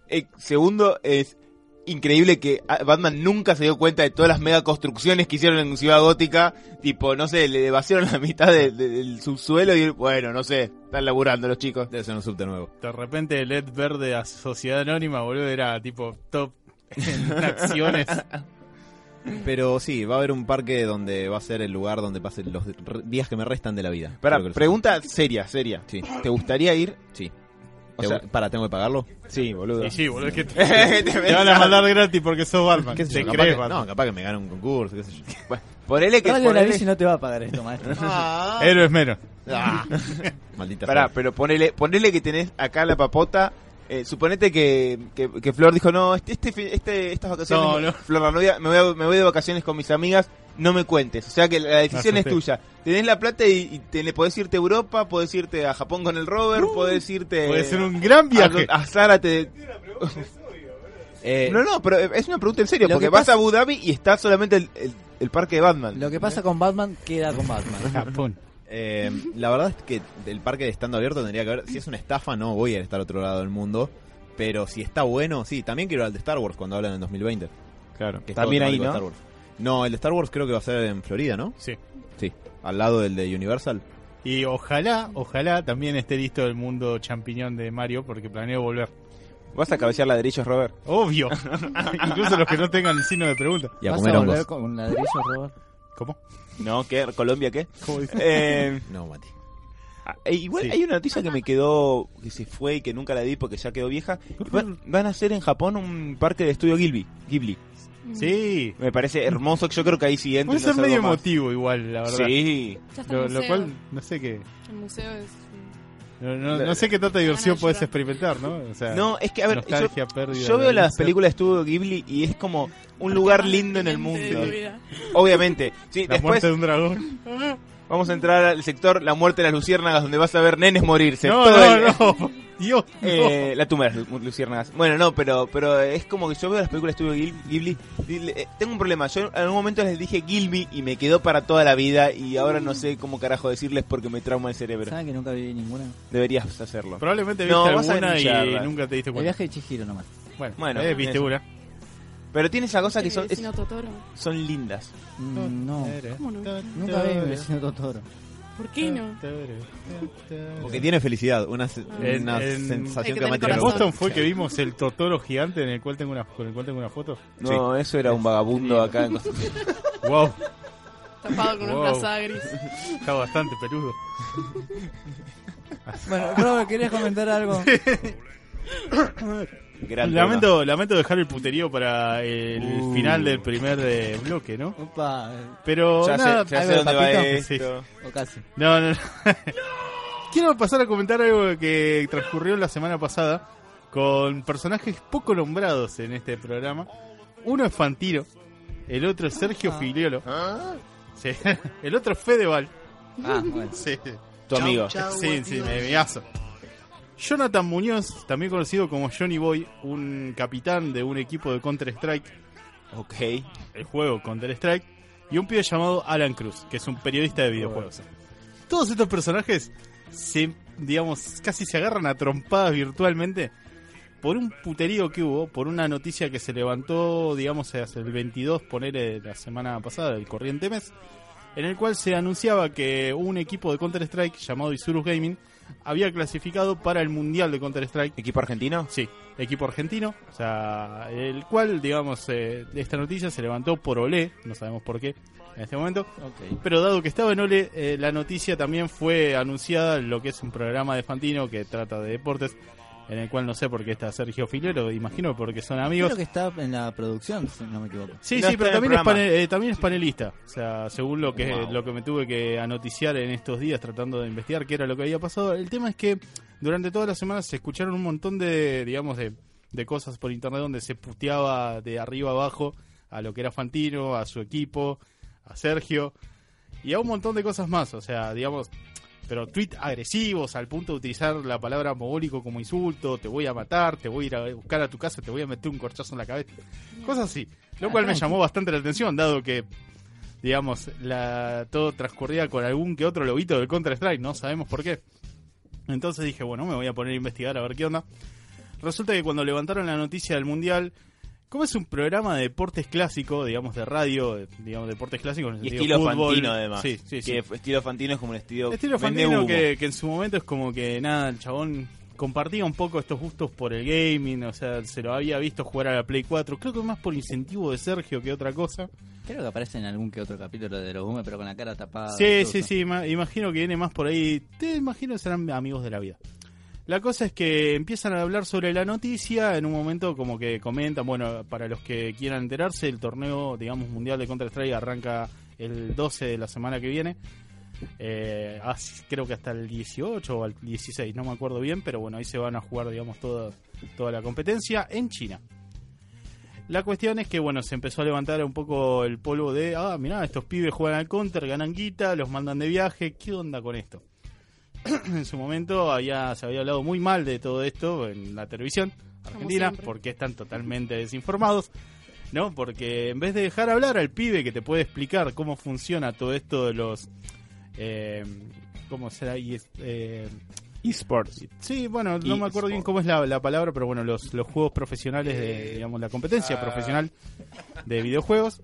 C: Eh, segundo, es increíble que ah, Batman nunca se dio cuenta de todas las mega construcciones que hicieron en Ciudad Gótica. Tipo, no sé, le vaciaron la mitad de- de- del subsuelo y él, bueno, no sé, están laburando los chicos.
B: Debe ser un subte nuevo.
A: De repente el LED verde a Sociedad Anónima, boludo, era tipo top en acciones.
B: Pero sí, va a haber un parque donde va a ser el lugar donde pasen los r- días que me restan de la vida.
C: Para,
B: Creo que lo-
C: pregunta seria, seria.
B: Sí,
C: ¿Te gustaría ir?
B: sí.
C: O
B: Te-
C: sea-
B: para, ¿tengo que pagarlo?
C: Sí, boludo.
A: Y sí, boludo, es que te,
C: Te
A: te van a mandar gratis porque sos Batman.
B: ¿Qué sé
A: Te
B: yo, capaz
A: crees,
B: que-
A: Batman.
B: no, capaz que me gane un concurso, qué sé yo.
C: Bueno, ah, ponele que...
D: Radio la
C: ponele-
D: bici no te va a pagar esto, maestro.
A: Héroes menos.
B: Ah. Maldita
C: Pará,
B: sea.
C: pero ponele, ponele que tenés acá la papota. Eh, suponete que, que, que Flor dijo, no, este, este, fi- este- estas vacaciones,
A: No, no.
C: Flor, la novia, me, voy a- me voy de vacaciones con mis amigas, no me cuentes. O sea que la decisión
A: Me
C: es
A: asusté.
C: tuya. Tenés la plata y, y te, podés irte a Europa, podés irte a Japón con el Robert, podés irte
A: Puede ser Uh, un
B: Ah,
A: gran viaje.
C: a, a Zárate.
B: Eh,
C: No, no, pero es una pregunta en serio,
D: Lo
C: porque
D: que
C: vas
D: pasa-
C: a Abu Dhabi y está solamente el, el- el parque de Batman.
D: Lo que pasa con Batman queda con
B: ah.
D: Batman.
A: Japón.
B: Eh, la verdad es que el parque de estando abierto tendría que haber. Si es una estafa, no voy a estar otro lado del mundo. Pero si está bueno, sí. También quiero ir al de Star Wars cuando hablan en 2020.
C: Claro,
B: que es todo
C: también ahí,
B: temático de
C: ¿no?
B: Star Wars. No, el de Star Wars creo que va a ser en Florida, ¿no?
A: Sí.
B: Sí. Al lado del de Universal.
A: Y ojalá, ojalá también esté listo el mundo champiñón de Mario porque planeo volver.
C: Vas a cabecear ladrillos, Robert.
A: Obvio. Incluso los que no tengan el signo de pregunta.
B: Y a
D: ¿Vas
B: comer
D: a volver
B: hongos.
D: con ladrillo, Robert?
A: ¿Cómo?
C: No, ¿qué? ¿Colombia qué? Eh,
B: No, Mati.
C: Ah, e igual
A: Sí.
C: hay una noticia que me quedó, que se fue y que nunca la di porque ya quedó vieja. Va- van a hacer en Japón un parque de estudio Ghibli. Ghibli.
E: Mm.
A: Sí.
C: Me parece hermoso, yo creo que ahí sí entra.
A: Puede
C: en
A: ser
C: hacer
A: medio
C: algo más.
A: emotivo igual, la verdad.
C: Sí.
E: Ya está
A: Lo,
E: el
A: lo
E: museo.
A: cual, no sé qué.
E: El museo es...
A: No, no- no sé qué tanta diversión
E: Van a
A: puedes
E: llorar.
A: experimentar, ¿no? O sea,
C: No, es que, a ver, yo,
A: nostalgia, pérdida,
C: yo veo las
A: vergüenza.
C: películas de estudio Ghibli y es como un lugar lindo en el mundo.
E: De tu vida.
C: Obviamente. Sí,
A: La muerte
C: después,
A: de un dragón.
C: Vamos a entrar al sector La muerte de las luciérnagas, donde vas a ver nenes morirse.
A: No,
C: Todo el-
A: no, no. Dios, no.
C: Eh, La tumba de las lu- luciérnagas. Bueno, no, pero pero es como que yo veo las películas de Estudio Ghib- Ghibli. y le- eh, tengo un problema. Yo en algún momento les dije Gilby y me quedó para toda la vida. Y ahora no sé cómo carajo decirles porque me trauma el cerebro.
D: ¿Saben que nunca vi ninguna?
C: Deberías hacerlo.
A: Probablemente viste
C: No, vas a
A: alguna y
C: grincharla.
A: nunca te diste
D: El
A: cuenta.
D: viaje de Chihiro nomás.
A: Bueno,
C: Bueno,
A: eh, viste
C: eso.
A: una.
C: Pero tiene esa cosa que
E: El
C: son, es-
E: vecino Eh, Totoro.
C: son lindas.
D: Mm, no,
E: ¿Cómo no?
D: nunca vi el vecino Totoro.
E: ¿Por qué no?
B: Porque tiene felicidad, una, se-
A: En-
B: una
A: en-
B: sensación
E: Hay que
B: que va a
E: tener
A: Para
B: tirar-
E: corazón.
A: Boston fue que vimos el Totoro gigante en el cual tengo una, con el cual tengo una foto.
C: No, eso era un vagabundo acá en Costa
A: Wow,
E: Tapado con
A: Wow.
E: una frazada gris.
A: está bastante peludo.
D: Bueno, Robert, ¿querías comentar algo?
C: Gran tema.
A: Lamento, lamento dejar el puterío para el
C: Uh.
A: final del primer eh, bloque, ¿no?
D: Opa, eh,
A: Pero
C: Ya
A: nada,
C: sé, ya
D: ahí
C: sé
D: va el
C: dónde va
A: papito.
C: esto.
D: o casi.
A: No, no, no. Quiero pasar a comentar algo que transcurrió la semana pasada con personajes poco nombrados en este programa. Uno es Fantiro, el otro es Sergio
D: Ah.
A: Filiolo, Sí. el otro es Fedeval.
D: Ah, bueno.
A: Sí,
C: Tu amigo.
A: sí, sí, me amigazo. Jonathan Muñoz, también conocido como Johnny Boy, un capitán de un equipo de Counter-Strike
C: Ok.
A: el juego Counter Strike y un pibe llamado Alan Cruz, que es un periodista de videojuegos. Todos estos personajes se, digamos, casi se agarran a trompadas virtualmente por un puterío que hubo, por una noticia que se levantó, digamos, hace el 22, poner la semana pasada, el corriente mes, en el cual se anunciaba que un equipo de Counter Strike llamado Isurus Gaming había clasificado para el Mundial de Counter Strike
C: ¿Equipo argentino?
A: Sí, equipo argentino, o sea, el cual, digamos, eh, esta noticia se levantó por Olé, no sabemos por qué en este momento,
D: Ok.
A: pero dado que estaba en Olé, eh, la noticia también fue anunciada en lo que es un programa de Fantino que trata de deportes, en el cual no sé por qué está Sergio Filero, imagino porque son amigos.
D: Creo que está en la producción, si no me equivoco.
A: Sí,
C: No
A: sí,
C: está en
A: pero
C: el
A: también es,
C: programa.
A: pane- eh, también es panelista. O sea, según lo que,
C: Wow.
A: lo que me tuve que anoticiar en estos días tratando de investigar qué era lo que había pasado. El tema es que durante todas las semanas se escucharon un montón de, digamos, de, de cosas por internet donde se puteaba de arriba abajo a lo que era Fantino, a su equipo, a Sergio y a un montón de cosas más. O sea, digamos, pero tweets agresivos al punto de utilizar la palabra mogólico como insulto, te voy a matar, te voy a ir a buscar a tu casa, te voy a meter un corchazo en la cabeza, cosas así. Lo cual me llamó bastante la atención, dado que, digamos, la, todo transcurría con algún que otro lobito del Counter-Strike, no sabemos por qué. Entonces dije, bueno, me voy a poner a investigar a ver qué onda. Resulta que cuando levantaron la noticia del Mundial, como es un programa de deportes clásico, digamos, de radio, de- digamos, deportes clásicos, en el
C: Y
A: sentido
C: estilo
A: fútbol.
C: fantino, además.
A: Sí, sí, sí.
C: Que f- estilo fantino es como un estilo.
A: Estilo
C: vende
A: Fantino
C: humo.
A: que, que en su momento es como que nada, el chabón compartía un poco estos gustos por el gaming, o sea, se lo había visto jugar a la Play 4, creo que más por incentivo de Sergio que otra cosa.
D: Creo que aparece en algún que otro capítulo de los Gumes, pero con la cara tapada.
A: Sí,
D: todo
A: sí,
D: eso.
A: sí, ima- imagino que viene más por ahí. Te imagino que serán amigos de la vida. La cosa es que empiezan a hablar sobre la noticia, en un momento como que comentan, bueno, para los que quieran enterarse, el torneo, digamos, mundial de Counter-Strike arranca el 12 de la semana que viene. Eh, as- creo que hasta el 18 o el 16, no me acuerdo bien, pero bueno, ahí se van a jugar, digamos, toda, toda la competencia en China. La cuestión es que, bueno, se empezó a levantar un poco el polvo de, ah, mirá, estos pibes juegan al counter, ganan guita, los mandan de viaje, ¿qué onda con esto? en su momento había, se había hablado muy mal de todo esto en la televisión argentina,
E: siempre.
A: porque están totalmente desinformados, ¿no? Porque en vez de dejar hablar al pibe que te puede explicar cómo funciona todo esto de los... eh, ¿Cómo será? Y es- eh,
C: eSports.
A: Sí, bueno, no me acuerdo bien cómo es la, la palabra, pero bueno, los, los juegos profesionales, de, digamos, la competencia profesional de videojuegos.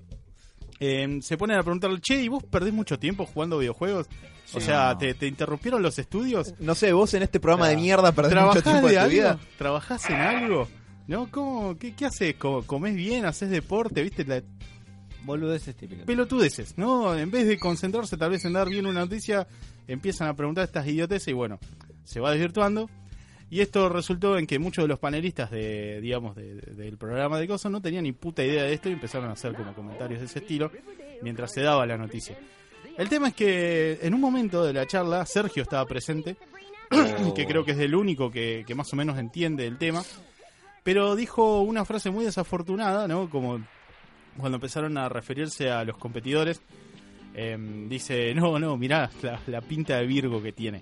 A: eh, se ponen a preguntarle, che, ¿y vos perdés mucho tiempo jugando videojuegos? O sea, ¿te, te interrumpieron los estudios?
B: No sé, vos en este programa de
A: Claro.
B: mierda perdés mucho
A: ¿Trabajás
B: tiempo de,
A: de
B: tu
A: algo?
B: vida.
A: ¿Trabajás en algo? ¿No? ¿Cómo? ¿Qué, qué haces? ¿Co- ¿Comés bien? ¿Haces deporte? ¿Viste? La,
D: Boludeces típicas.
A: pelotudeces, ¿no? En vez de concentrarse tal vez en dar bien una noticia, empiezan a preguntar estas idioteces y bueno, se va desvirtuando. Y esto resultó en que muchos de los panelistas de, digamos, de- de- del programa de Coso no tenían ni puta idea de esto y empezaron a hacer como comentarios de ese estilo mientras se daba la noticia. El tema es que en un momento de la charla Sergio estaba presente, que creo que es el único que, que más o menos entiende el tema, pero dijo una frase muy desafortunada, ¿no? Como cuando empezaron a referirse a los competidores em, dice, no, no, mirá la, la pinta de Virgo que tiene.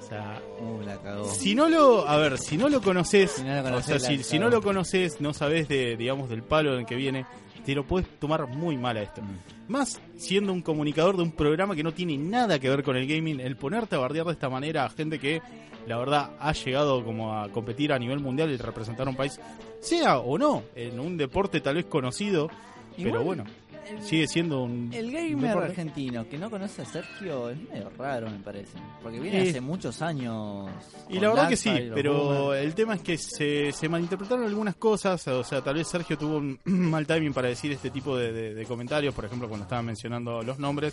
A: O sea,
D: Uh, la cagó.
A: si no lo, a ver, si no lo conoces,
D: Si no lo conocés, la
A: si,
D: cagó.
A: si no lo conoces, no sabes de, digamos, del palo en el que viene, te lo puedes tomar muy mal a esto. Más siendo un comunicador de un programa que no tiene nada que ver con el gaming, el ponerte a bardear de esta manera a gente que, la verdad, ha llegado como a competir a nivel mundial y representar a un país, sea o no, en un deporte tal vez conocido, pero
D: Igual,
A: bueno,
D: el-
A: sigue siendo un
D: El
A: un
D: gamer
A: deporte.
D: argentino que no conoce a Sergio es medio raro, me parece. Porque viene
A: Eh.
D: hace muchos años.
A: Y
D: con
A: la verdad que sí,
D: Lanza y los
A: pero
D: boomers.
A: el tema es que se, se malinterpretaron algunas cosas, o sea, tal vez Sergio tuvo un mal timing para decir este tipo de, de- de comentarios, por ejemplo, cuando estaba mencionando los nombres,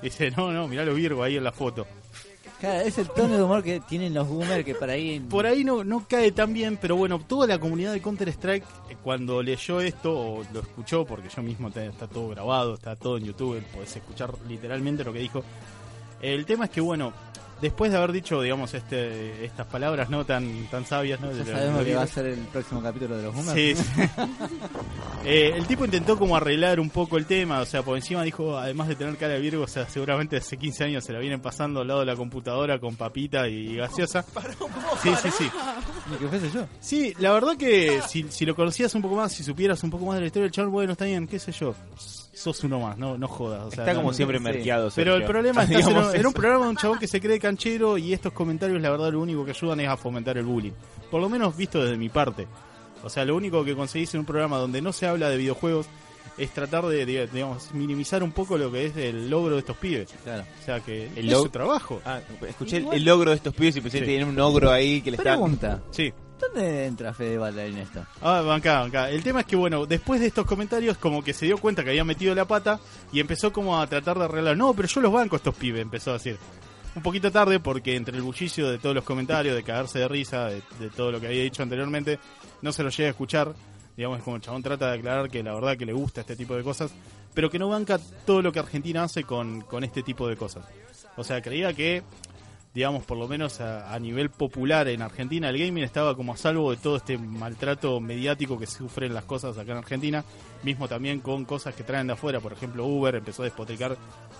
A: dice, no, no, mirá lo Virgo ahí en la foto.
D: Claro, es el tono de humor que tienen los boomers que por ahí.
A: eh, Por ahí no, no cae tan bien, pero bueno, toda la comunidad de Counter-Strike, eh, cuando leyó esto o lo escuchó, porque yo mismo te- está todo grabado, está todo en YouTube, podés escuchar literalmente lo que dijo. El tema es que, bueno, después de haber dicho, digamos, este, estas palabras no tan, tan sabias, ¿no? De
D: Ya
A: lo- de
D: sabemos
A: lo
D: que va a
A: Virgo.
D: ser el próximo capítulo de los boomers.
A: Sí, sí. Eh, el tipo intentó como arreglar un poco el tema, o sea, por encima dijo, además de tener cara de Virgo, o sea, seguramente hace 15 años se la vienen pasando al lado de la computadora con papita y gaseosa. Sí, sí, sí.
D: Ni que fuese yo.
A: Sí, la verdad que si, si lo conocías un poco más, si supieras un poco más de la historia del chabón, bueno, está bien, qué sé yo, sos uno más, no, no jodas. O sea,
C: Está
A: no-
C: como
A: no-
C: siempre
D: sí.
C: merqueado.
A: pero el
C: Sergio.
A: problema es que
C: Digamos
A: era
C: eso.
A: un programa de un chabón que se cree canchero y estos comentarios la verdad lo único que ayudan es a fomentar el bullying. Por lo menos visto desde mi parte. O sea, lo único que conseguís en un programa donde no se habla de videojuegos es tratar de, diga- digamos, minimizar un poco lo que es el logro de estos pibes.
D: Claro.
A: O sea, que
C: El
A: es su
C: log-
A: trabajo.
C: Ah, escuché el,
D: Igual-
C: el logro de estos pibes y pensé
A: Sí.
C: que tenían un ogro ahí que le está.
D: Pregunta:
A: Sí.
D: ¿dónde entra Fede Bala en esto?
A: Ah, bancá, bancá. El tema es que, bueno, después de estos comentarios, como que se dio cuenta que había metido la pata y empezó como a tratar de arreglar. No, pero yo los banco a estos pibes, empezó a decir. Un poquito tarde, porque entre el bullicio de todos los comentarios, de cagarse de risa, de, de todo lo que había dicho anteriormente, no se lo llega a escuchar. Digamos, como el chabón trata de aclarar que la verdad que le gusta este tipo de cosas, pero que no banca todo lo que Argentina hace con, con este tipo de cosas. O sea, creía que digamos, por lo menos a, a nivel popular en Argentina, el gaming estaba como a salvo de todo este maltrato mediático que sufren las cosas acá en Argentina, mismo también con cosas que traen de afuera, por ejemplo Uber empezó a despotricar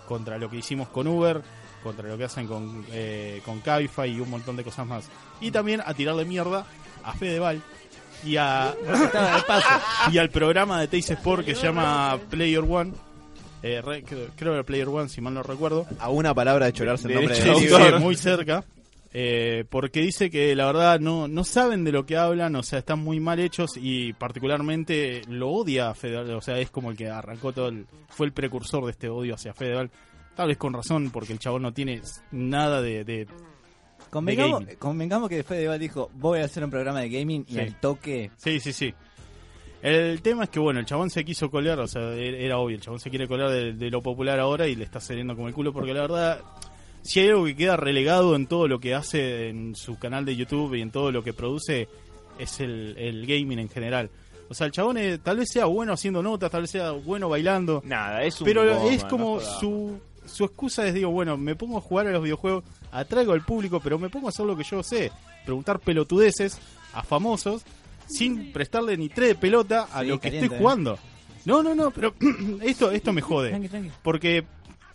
A: contra lo que hicimos con Uber, contra lo que hacen con, eh, con Cabify y un montón de cosas más. Y también a tirarle mierda a Fedeval y a
D: Estaba de paso.
A: y al programa de Tays Sport que se llama Player One. Eh, re- creo que era Player One, si mal no recuerdo.
B: A una palabra de chorarse el nombre
A: Sí,
B: de
C: Derecho.
A: sí,
C: autor.
A: muy cerca. eh, porque dice que la verdad no, no saben de lo que hablan, o sea, están muy mal hechos y particularmente lo odia a Fedeval, o sea, es como el que arrancó todo el, fue el precursor de este odio hacia Fedeval, tal vez con razón, porque el chabón no tiene nada de, de-
D: Convengamos,
A: gaming.
D: convengamos que Fede Bala dijo: Voy a hacer un programa de gaming y
A: Sí.
D: al toque.
A: Sí, sí, sí. El tema es que, bueno, el chabón se quiso colar, o sea, e- era obvio, el chabón se quiere colar de, de lo popular ahora y le está saliendo como el culo, porque la verdad, si hay algo que queda relegado en todo lo que hace en su canal de YouTube y en todo lo que produce, es el, el gaming en general. O sea, el chabón eh, tal vez sea bueno haciendo notas, tal vez sea bueno bailando,
C: Nada, es un.
A: pero
C: goma,
A: es como
C: no jodas.
A: su, su excusa es, digo, bueno, me pongo a jugar a los videojuegos, atraigo al público, pero me pongo a hacer lo que yo sé, preguntar pelotudeces a famosos sin prestarle ni tres de pelota a
D: Sí,
A: lo que
D: caliente,
A: estoy
D: eh.
A: jugando. No, no, no, pero esto, esto me jode.
D: Tranqui, tranqui.
A: Porque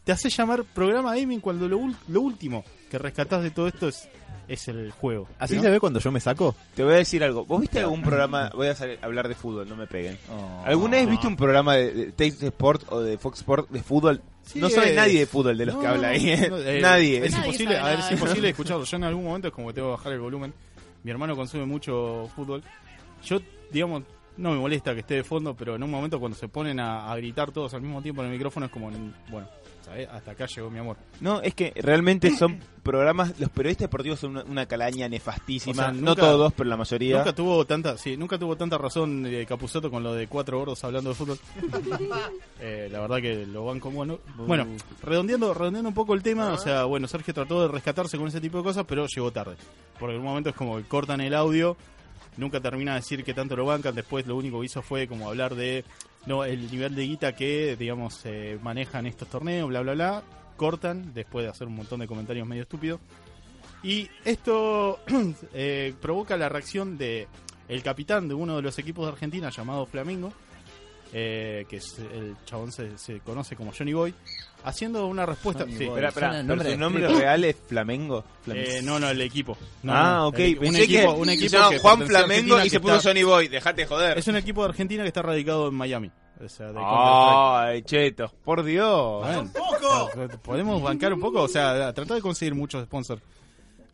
A: te hace llamar programa gaming cuando lo, ul- lo último que rescatás de todo esto es, es el juego.
B: Así
A: ¿no?
B: se ve cuando yo me saco.
C: Te voy a decir algo. ¿Vos viste algún programa? Voy a sal- hablar de fútbol, no me peguen.
D: Oh.
C: ¿Alguna vez viste un programa de, de Taste Sport o de Fox Sport de fútbol?
A: Sí,
C: no sabe
A: eh,
C: nadie de fútbol de los
A: No,
C: que habla ahí. ¿eh?
A: no, eh,
C: nadie.
A: Es
E: Nadie
A: imposible,
E: sabe
A: a ver,
E: nada
A: es
E: de eso.
A: imposible escucharlo. Yo en algún momento es como que tengo que bajar el volumen. Mi hermano consume mucho fútbol. Yo, digamos, no me molesta que esté de fondo, pero en un momento cuando se ponen a, a gritar todos al mismo tiempo en el micrófono es como, bueno, ¿sabes? Hasta acá llegó mi amor.
C: No, es que realmente son programas. Los periodistas deportivos son una, una calaña
A: O
C: nefastísima.
A: sea,
C: no
A: nunca-
C: todos, pero la mayoría.
A: Nunca tuvo tanta, sí, nunca tuvo tanta razón eh, Capuzoto con lo de cuatro gordos hablando de fútbol. Eh, la verdad que lo van como bueno. Bueno, redondeando, redondeando un poco el tema, o sea, bueno, Sergio trató de rescatarse con ese tipo de cosas, pero llegó tarde. Porque en un momento es como que cortan el audio, nunca termina de decir que tanto lo bancan, después lo único que hizo fue como hablar de no el nivel de guita que, digamos, eh, manejan estos torneos, bla, bla, bla. Cortan, después de hacer un montón de comentarios medio estúpidos. Y esto eh, provoca la reacción de el capitán de uno de los equipos de Argentina llamado Flamingo, eh, que es- el chabón se, se conoce como Johnny Boy, haciendo una respuesta.
D: Johnny
A: sí,
D: Boy.
A: era-
C: Espera, espera,
D: Suena el
C: pero
D: nombre
C: su
D: de
C: nombre
D: stripper.
C: real es Flamengo. Flamengo.
A: eh, no, no, el equipo. No,
C: ah,
A: no,
C: ok.
A: el equi- un
C: Pensé
A: equipo,
C: que
A: un equipo
C: se llamaba
A: que
C: Juan
A: pertenecía a
C: Flamengo
A: Argentina que
C: y se puso
A: está-
C: Sony Boy. Dejate de joder.
A: Es un equipo de Argentina que está radicado en Miami. O sea, de Counter-Strike.
C: Ay, chetos, por Dios.
A: Bueno, Podemos bancar un poco, o sea, tratar de conseguir muchos sponsors.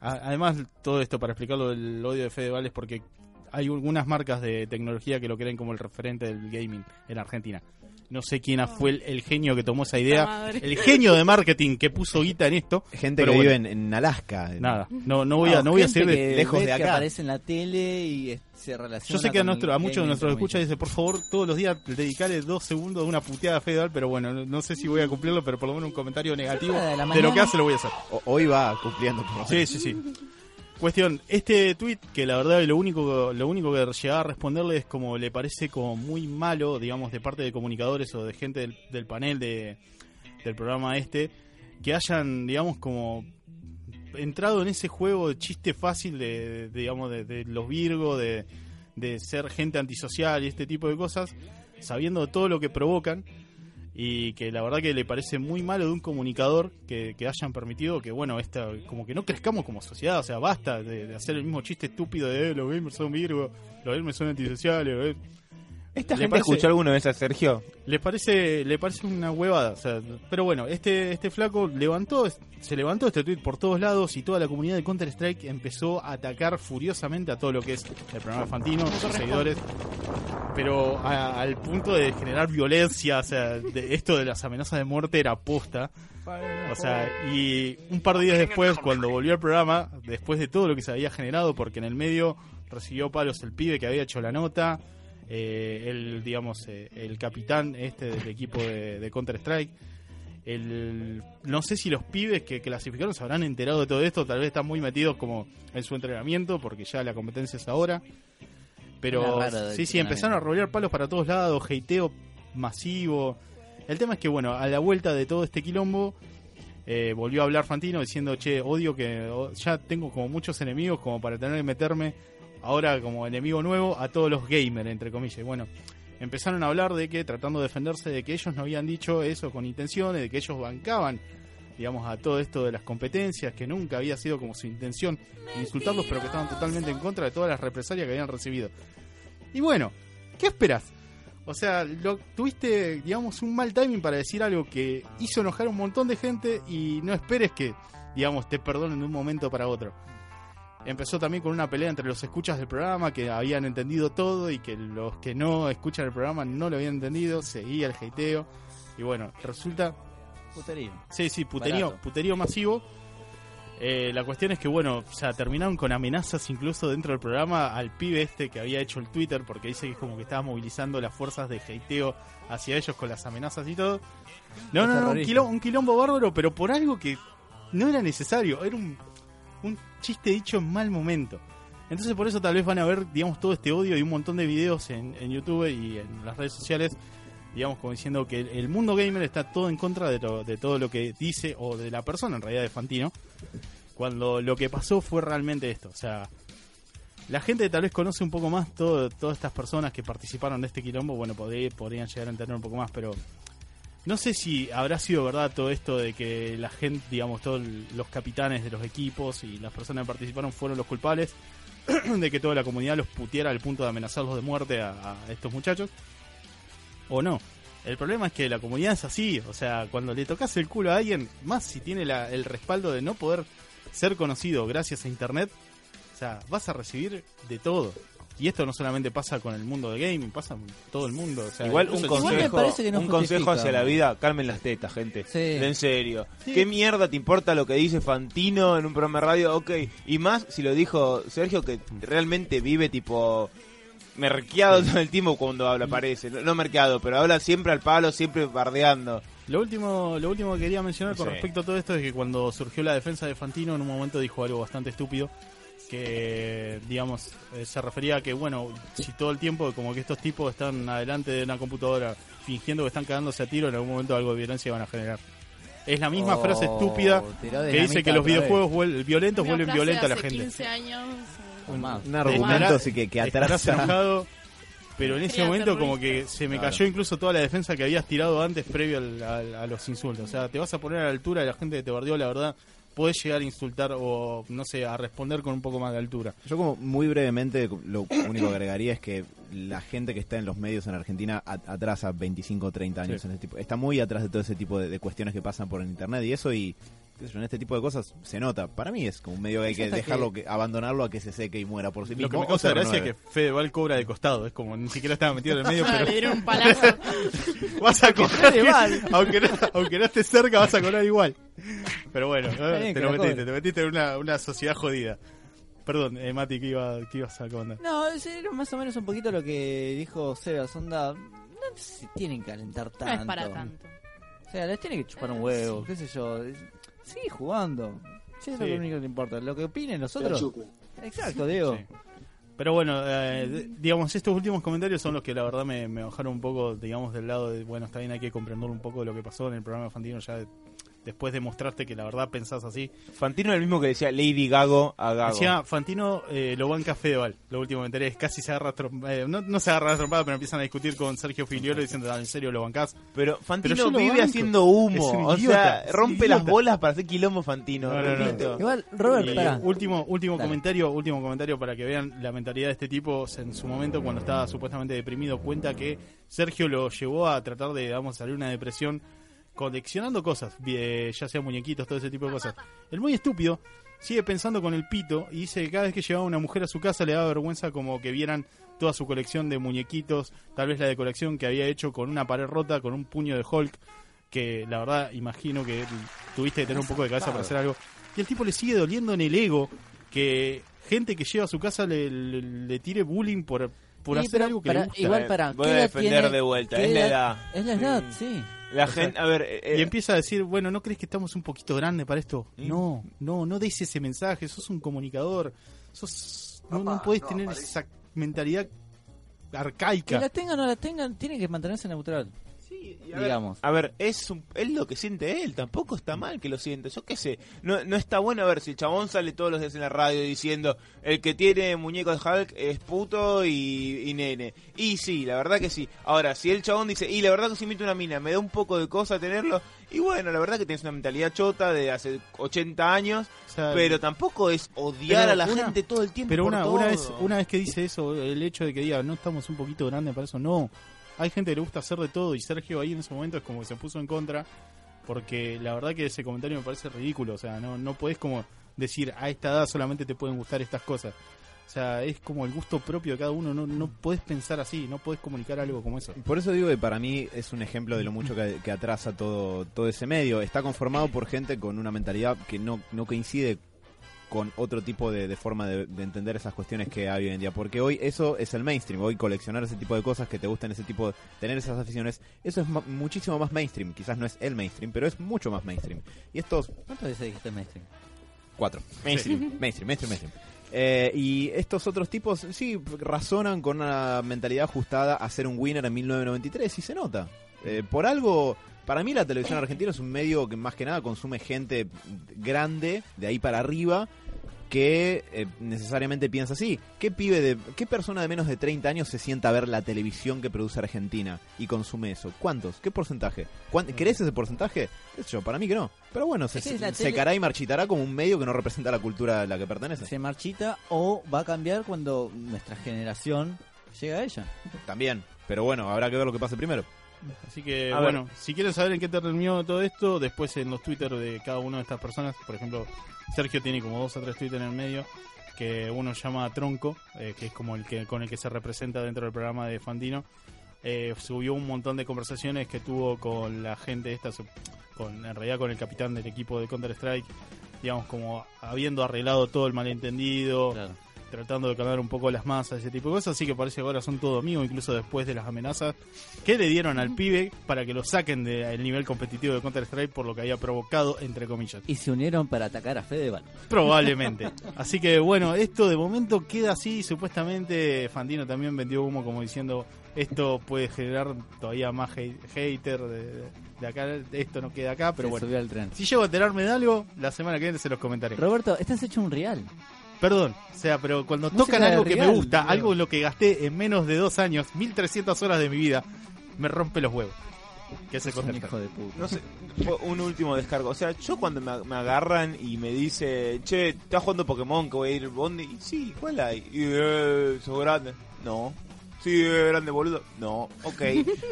A: A- Además, todo esto para explicarlo del odio de Fedeval es porque hay algunas marcas de tecnología que lo creen como el referente del gaming en Argentina. No sé quién fue el, el genio que tomó esa
E: La
A: idea,
E: madre.
A: el genio de marketing que puso guita en esto.
B: Gente
A: Pero
B: que
A: bueno.
B: vive en, en Alaska.
A: Nada, no, no voy a, no voy a
D: gente
A: ser de-
D: que
B: lejos
D: ve
B: de
D: Que
B: acá.
D: aparece en la tele y eh, se relaciona.
A: Yo sé que a,
D: con
A: nuestro,
D: el
A: a muchos de
D: gaming,
A: nuestros
D: como
A: escuchas
D: dice.
A: dice, por favor, todos los días dedicale dos segundos de una puteada a Fedeval, pero bueno, no, no sé si voy a cumplirlo, pero por lo menos un comentario negativo
D: de
A: de
D: la
A: lo que
D: mañana.
A: hace lo voy a hacer.
B: O- hoy va cumpliendo. por lo
A: Sí, sí, sí. Cuestión, este tweet que la verdad lo único, lo único que llegaba a responderle es como le parece como muy malo, digamos, de parte de comunicadores o de gente del, del panel de, del programa este, que hayan, digamos, como entrado en ese juego de chiste fácil de, de- digamos, de, de los virgos, de, de ser gente antisocial y este tipo de cosas, sabiendo todo lo que provocan y que la verdad que le parece muy malo de un comunicador que, que hayan permitido que, bueno, esta, como que no crezcamos como sociedad, o sea, basta de, de hacer el mismo chiste estúpido de "Eh, los gamers son virgos, los gamers son antisociales. eh".
C: ¿Esta
A: ¿Le
C: gente
A: parece-
C: escuchó alguna vez a Sergio?
A: Le parece, le parece una huevada, o sea, pero bueno, este, este flaco levantó, se levantó este tweet por todos lados y toda la comunidad de Counter Strike empezó a atacar furiosamente a todo lo que es el programa de Fantino, sus seguidores, pero a- al punto de generar violencia, o sea, de, esto de las amenazas de muerte era posta. O sea, y un par de días después, cuando volvió al programa, después de todo lo que se había generado, porque en el medio recibió palos el pibe que había hecho la nota, eh, el, digamos, eh, el capitán este del equipo de, de Counter-Strike, el, no sé si los pibes que clasificaron se habrán enterado de todo esto, tal vez están muy metidos como en su entrenamiento, porque ya la competencia es ahora. Pero
D: Suena raro de
A: sí, sí, empezaron a rolear palos para todos lados, hateo masivo. El tema es que, bueno, a la vuelta de todo este quilombo, eh, volvió a hablar Fantino diciendo, che, odio que o- ya tengo como muchos enemigos como para tener que meterme ahora como enemigo nuevo a todos los gamers, entre comillas. Y Bueno, empezaron a hablar de que, tratando de defenderse de que ellos no habían dicho eso con intenciones, de que ellos bancaban, digamos, a todo esto de las competencias, que nunca había sido como su intención insultarlos, pero que estaban totalmente en contra de todas las represalias que habían recibido. Y bueno, ¿qué esperas? O sea, lo, tuviste, digamos, un mal timing para decir algo que hizo enojar a un montón de gente y no esperes que, digamos, te perdonen de un momento para otro. Empezó también con una pelea entre los escuchas del programa que habían entendido todo y que los que no escuchan el programa no lo habían entendido, seguía el hateo. Y bueno, resulta
D: Puterío.
A: Sí, sí, puterío,
D: Barato.
A: puterío masivo. Eh, la cuestión es que, bueno, o sea, terminaron con amenazas incluso dentro del programa al pibe este que había hecho el Twitter, porque dice que es como que estaba movilizando las fuerzas de hateo hacia ellos con las amenazas y todo. No, no,
D: Es
A: no, un,
D: terrorismo.
A: quilom- un quilombo bárbaro, pero por algo que no era necesario, era un, un chiste dicho en mal momento. Entonces por eso tal vez van a ver, digamos, todo este odio y un montón de videos en, en YouTube y en las redes sociales, digamos, como diciendo que el, el mundo gamer está todo en contra de, lo- de todo lo que dice o de la persona en realidad de Fantino, cuando lo que pasó fue realmente esto. O sea, la gente tal vez conoce un poco más todo, todas estas personas que participaron de este quilombo, bueno, podrí- podrían llegar a entender un poco más, pero no sé si habrá sido verdad todo esto de que la gente, digamos, todos los capitanes de los equipos y las personas que participaron fueron los culpables de que toda la comunidad los puteara al punto de amenazarlos de muerte a, a estos muchachos. O no. El problema es que la comunidad es así. O sea, cuando le tocas el culo a alguien, más si tiene la- el respaldo de no poder ser conocido gracias a internet, o sea, vas a recibir de todo. Y esto no solamente pasa con el mundo del gaming, pasa con todo el mundo. o sea,
C: Igual un
A: incluso el
D: Igual me
C: consejo,
D: parece que no
C: un consejo
D: justifica.
C: hacia la vida, calmen las tetas, gente.
D: Sí.
C: En serio.
A: Sí.
C: ¿Qué mierda te importa lo que dice Fantino en un programa de radio? Ok, y más si lo dijo Sergio que realmente vive tipo merqueado todo el tiempo cuando habla, parece. No, no merqueado, pero habla siempre al palo, siempre bardeando.
A: Lo último, lo último que quería mencionar con
C: Sí.
A: respecto a todo esto es que cuando surgió la defensa de Fantino en un momento dijo algo bastante estúpido que digamos eh, se refería a que bueno si todo el tiempo como que estos tipos están adelante de una computadora fingiendo que están cagándose a tiro en algún momento algo de violencia van a generar es la misma
D: Oh,
A: frase estúpida
D: tiró
A: que dice
D: dinamita
A: que los
D: otra vez.
A: videojuegos vuel- violentos
E: Una
A: vuelven
E: frase
A: violenta a la
E: hace
A: gente
E: 15 años.
D: Un más.
B: Un argumento
A: Estarás-
B: así que, que
A: estarás
B: atrasa.
A: enojado Pero en ese
E: Quería
A: momento
E: ser
A: como
E: rubista.
A: que se me
B: Claro.
A: cayó incluso toda la defensa que habías tirado antes previo al- al- a los insultos. O sea, te vas a poner a la altura de la gente que te bardeó, la verdad, podés llegar a insultar o, no sé, a responder con un poco más de altura.
B: Yo como muy brevemente lo único que agregaría es que la gente que está en los medios en Argentina a- atrás a 25 o 30 años
A: Sí.
B: en este tipo, está muy atrás de todo ese tipo de, de cuestiones que pasan por el internet y eso y qué sé yo, en este tipo de cosas se nota. Para mí es como un medio que hay que
D: hasta que-
B: dejarlo, que... abandonarlo a que se seque y muera por sí mismo.
A: Lo que me
B: o
A: causa
B: se
A: gracia es que
B: renueve.
A: Fedeval cobra de costado. Es como, ni siquiera estaba metido en el medio,
E: Ah, le
A: pero
E: dieron un palazo.
A: vas a cobrar.
D: Fedeval.
A: aunque, no, aunque no estés cerca, vas a cobrar igual. Pero bueno, eh, te
D: bien que
A: lo
D: la
A: metiste.
D: cobre.
A: Te metiste en una, una sociedad jodida. Perdón, eh, Mati, ¿qué, iba, qué ibas a comentar?
D: No, ese era más o menos un poquito lo que dijo Sebas. Onda, no se tienen que calentar tanto.
G: No es para tanto.
D: O sea, les tiene que chupar un huevo, qué sé yo. Es- Sigue jugando. Sí, es lo
A: Sí.
D: único que le importa. Lo que opinen los otros. Exacto, Diego.
A: Sí. Pero bueno, eh, d- digamos, estos últimos comentarios son los que la verdad me, me bajaron un poco, digamos, del lado de, bueno, está bien, hay que comprender un poco de lo que pasó en el programa de Fantino, ya de- después de mostrarte que la verdad pensás así.
C: Fantino era el mismo que decía Lady Gago a Gago.
A: Encima, Fantino eh, lo banca Fedeval, lo último que me enteré, es casi se agarra, a trom- eh, no, no se agarra a trompada, pero empiezan a discutir con Sergio Filiolo diciendo, "Ah, en serio lo bancás.
C: Pero Fantino
A: Pero yo lo
C: vive
A: banco.
C: haciendo
A: Es un
C: humo. O
A: idiota,
C: sea,
A: es un
C: rompe las
A: idiota.
C: bolas para hacer quilombo Fantino.
A: No, no, no.
C: repito.
D: Igual, Robert,
A: Y
D: pará.
A: último último
D: Dale.
A: comentario, último comentario para que vean la mentalidad de este tipo en su momento cuando estaba supuestamente deprimido cuenta que Sergio lo llevó a tratar de vamos salir de una depresión coleccionando cosas, eh, ya sea muñequitos, todo ese tipo de cosas. El muy estúpido sigue pensando con el pito y dice que cada vez que llevaba una mujer a su casa le daba vergüenza como que vieran toda su colección de muñequitos, tal vez la decoración que había hecho con una pared rota, con un puño de Hulk, que la verdad imagino que tuviste que tener un poco de cabeza para hacer algo. Y el tipo le sigue doliendo en el ego que gente que lleva a su casa le, le- le tire bullying por, por
D: Sí,
A: hacer
D: pero
A: algo que
D: para-
A: le gusta.
D: Igual para.
C: Voy
D: ¿qué
C: a
D: edad
C: defender
D: tiene-
C: de vuelta,
D: qué
C: es la edad.
D: Es la edad,
C: Mm.
D: sí.
C: La gente, a ver, eh,
A: Y empieza a decir, bueno, ¿no crees que estamos un poquito grande para esto?
C: Mm.
A: No, no, no des ese mensaje, sos un comunicador, sos, no, no podés tener esa mentalidad
D: Que la
A: arcaica.
D: tengan o no la tengan, tienen que mantenerse neutral,
C: sí, y a ver,
D: digamos.
C: A ver, es, un- es lo que siente él, tampoco está mal que lo siente, yo qué sé, no, no está bueno, a ver, si el chabón sale todos los días en la radio diciendo, el que tiene muñeco de Hulk es puto y, y nene, y sí, la verdad que sí, ahora, si el chabón dice, y la verdad que si invito una mina, me da un poco de cosa tenerlo, y bueno, la verdad que tienes una mentalidad chota de hace 80 años,
A: O sea,
C: pero tampoco es odiar
A: Pero
C: a la
A: una-
C: gente todo el tiempo.
A: Pero
C: por
A: una, una,
C: todo.
A: vez, una vez que dice eso, el hecho de que diga, no estamos un poquito grande para eso, no. Hay gente que le gusta hacer de todo y Sergio ahí en ese momento es como que se puso en contra porque la verdad que ese comentario me parece ridículo. O sea, no, no podés como decir, a esta edad solamente te pueden gustar estas cosas. O sea, es como el gusto propio de cada uno. No, no podés pensar así, no podés comunicar algo como eso.
B: Por eso digo que para mí es un ejemplo de lo mucho que, que atrasa todo, todo ese medio. Está conformado por gente con una mentalidad que no, no coincide con otro tipo de, de forma de, de entender esas cuestiones que hay hoy en día. Porque hoy eso es el mainstream. Hoy coleccionar ese tipo de cosas que te gustan, ese tipo de, tener esas aficiones, eso es ma- muchísimo más mainstream. Quizás no es el mainstream, pero es mucho más mainstream. Y estos
D: ¿Cuántas veces dijiste mainstream?
B: Cuatro. Mainstream. Mainstream, mainstream, mainstream. Eh, y estos otros tipos, sí, razonan con una mentalidad ajustada a ser un winner en 1993 y se nota. Eh, por algo, para mí la televisión argentina es un medio que más que nada consume gente grande, de ahí para arriba, que eh, necesariamente piensa así. ¿Qué pibe de qué persona de menos de 30 años se sienta a ver la televisión que produce Argentina y consume eso? ¿Cuántos? ¿Qué porcentaje? ¿Cuán- ¿Crees ese porcentaje? Qué sé Yo, para mí que no. Pero bueno, se,
D: Es que es la
B: se-
D: tele-
B: secará y marchitará como un medio que no representa la cultura a la que pertenece.
D: ¿Se marchita o va a cambiar cuando nuestra generación llega a ella?
B: También. Pero bueno, habrá que ver lo que pase primero.
A: Así que,
C: A ver.
A: bueno, si quieren saber en qué terminó todo esto, después en los Twitter de cada una de estas personas, por ejemplo, Sergio tiene como dos o tres Twitter en el medio, que uno llama Tronco, eh, que es como el que con el que se representa dentro del programa de Fandino. Eh, subió un montón de conversaciones que tuvo con la gente esta, su- con, en realidad con el capitán del equipo de Counter-Strike, digamos, como habiendo arreglado todo el malentendido, tratando de calmar un poco las masas, ese tipo de cosas. Así que parece que ahora son todo amigos, incluso después de las amenazas que le dieron al pibe para que lo saquen del nivel competitivo de Counter-Strike por lo que había provocado, entre comillas.
D: Y se unieron para atacar a Fedeval.
A: Probablemente. Así que bueno, esto de momento queda así. Supuestamente Fandino también vendió humo como diciendo esto puede generar todavía más hate- hater de, de acá. Esto no queda acá, pero
D: se
A: bueno.
D: subió al tren.
A: Si llego a enterarme de algo, la semana que viene se los comentaré.
D: Roberto, estás hecho un real.
A: Perdón, o sea, pero cuando
D: Música
A: tocan
D: de
A: algo que me
D: Regal,
A: gusta,
D: boludo.
A: algo en lo que gasté en menos de dos años, 1300 horas de mi vida, me rompe los huevos. ¿Qué hace
D: Es un
A: con
D: hijo de puta.
C: No sé, fue un último descargo. O sea, yo cuando me, me agarran y me dice, che, ¿estás jugando Pokémon que voy a ir al Bondi? Y, sí, ¿cuál hay? Y, eh, ¿sos grande? No. Sí, eh, grande, boludo. No, ok.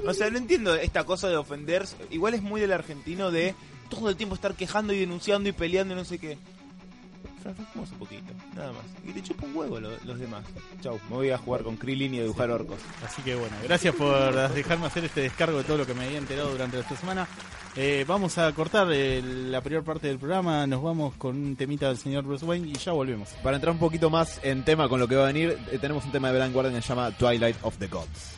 C: O sea, no entiendo esta cosa de ofender. Igual es muy del argentino de todo el tiempo estar quejando y denunciando y peleando y no sé qué. Reflexionemos un poquito, nada más. Y te chupa un huevo lo- los demás. Chau, me voy a jugar con Krillin y a dibujar orcos.
A: Así que bueno, gracias por dejarme hacer este descargo de todo lo que me había enterado durante esta semana. Eh, vamos a cortar eh, la primera parte del programa, nos vamos con un temita del señor Bruce Wayne y ya volvemos.
B: Para entrar un poquito más en tema con lo que va a venir, eh, tenemos un tema de Blind Guardian que se llama Twilight of the Gods.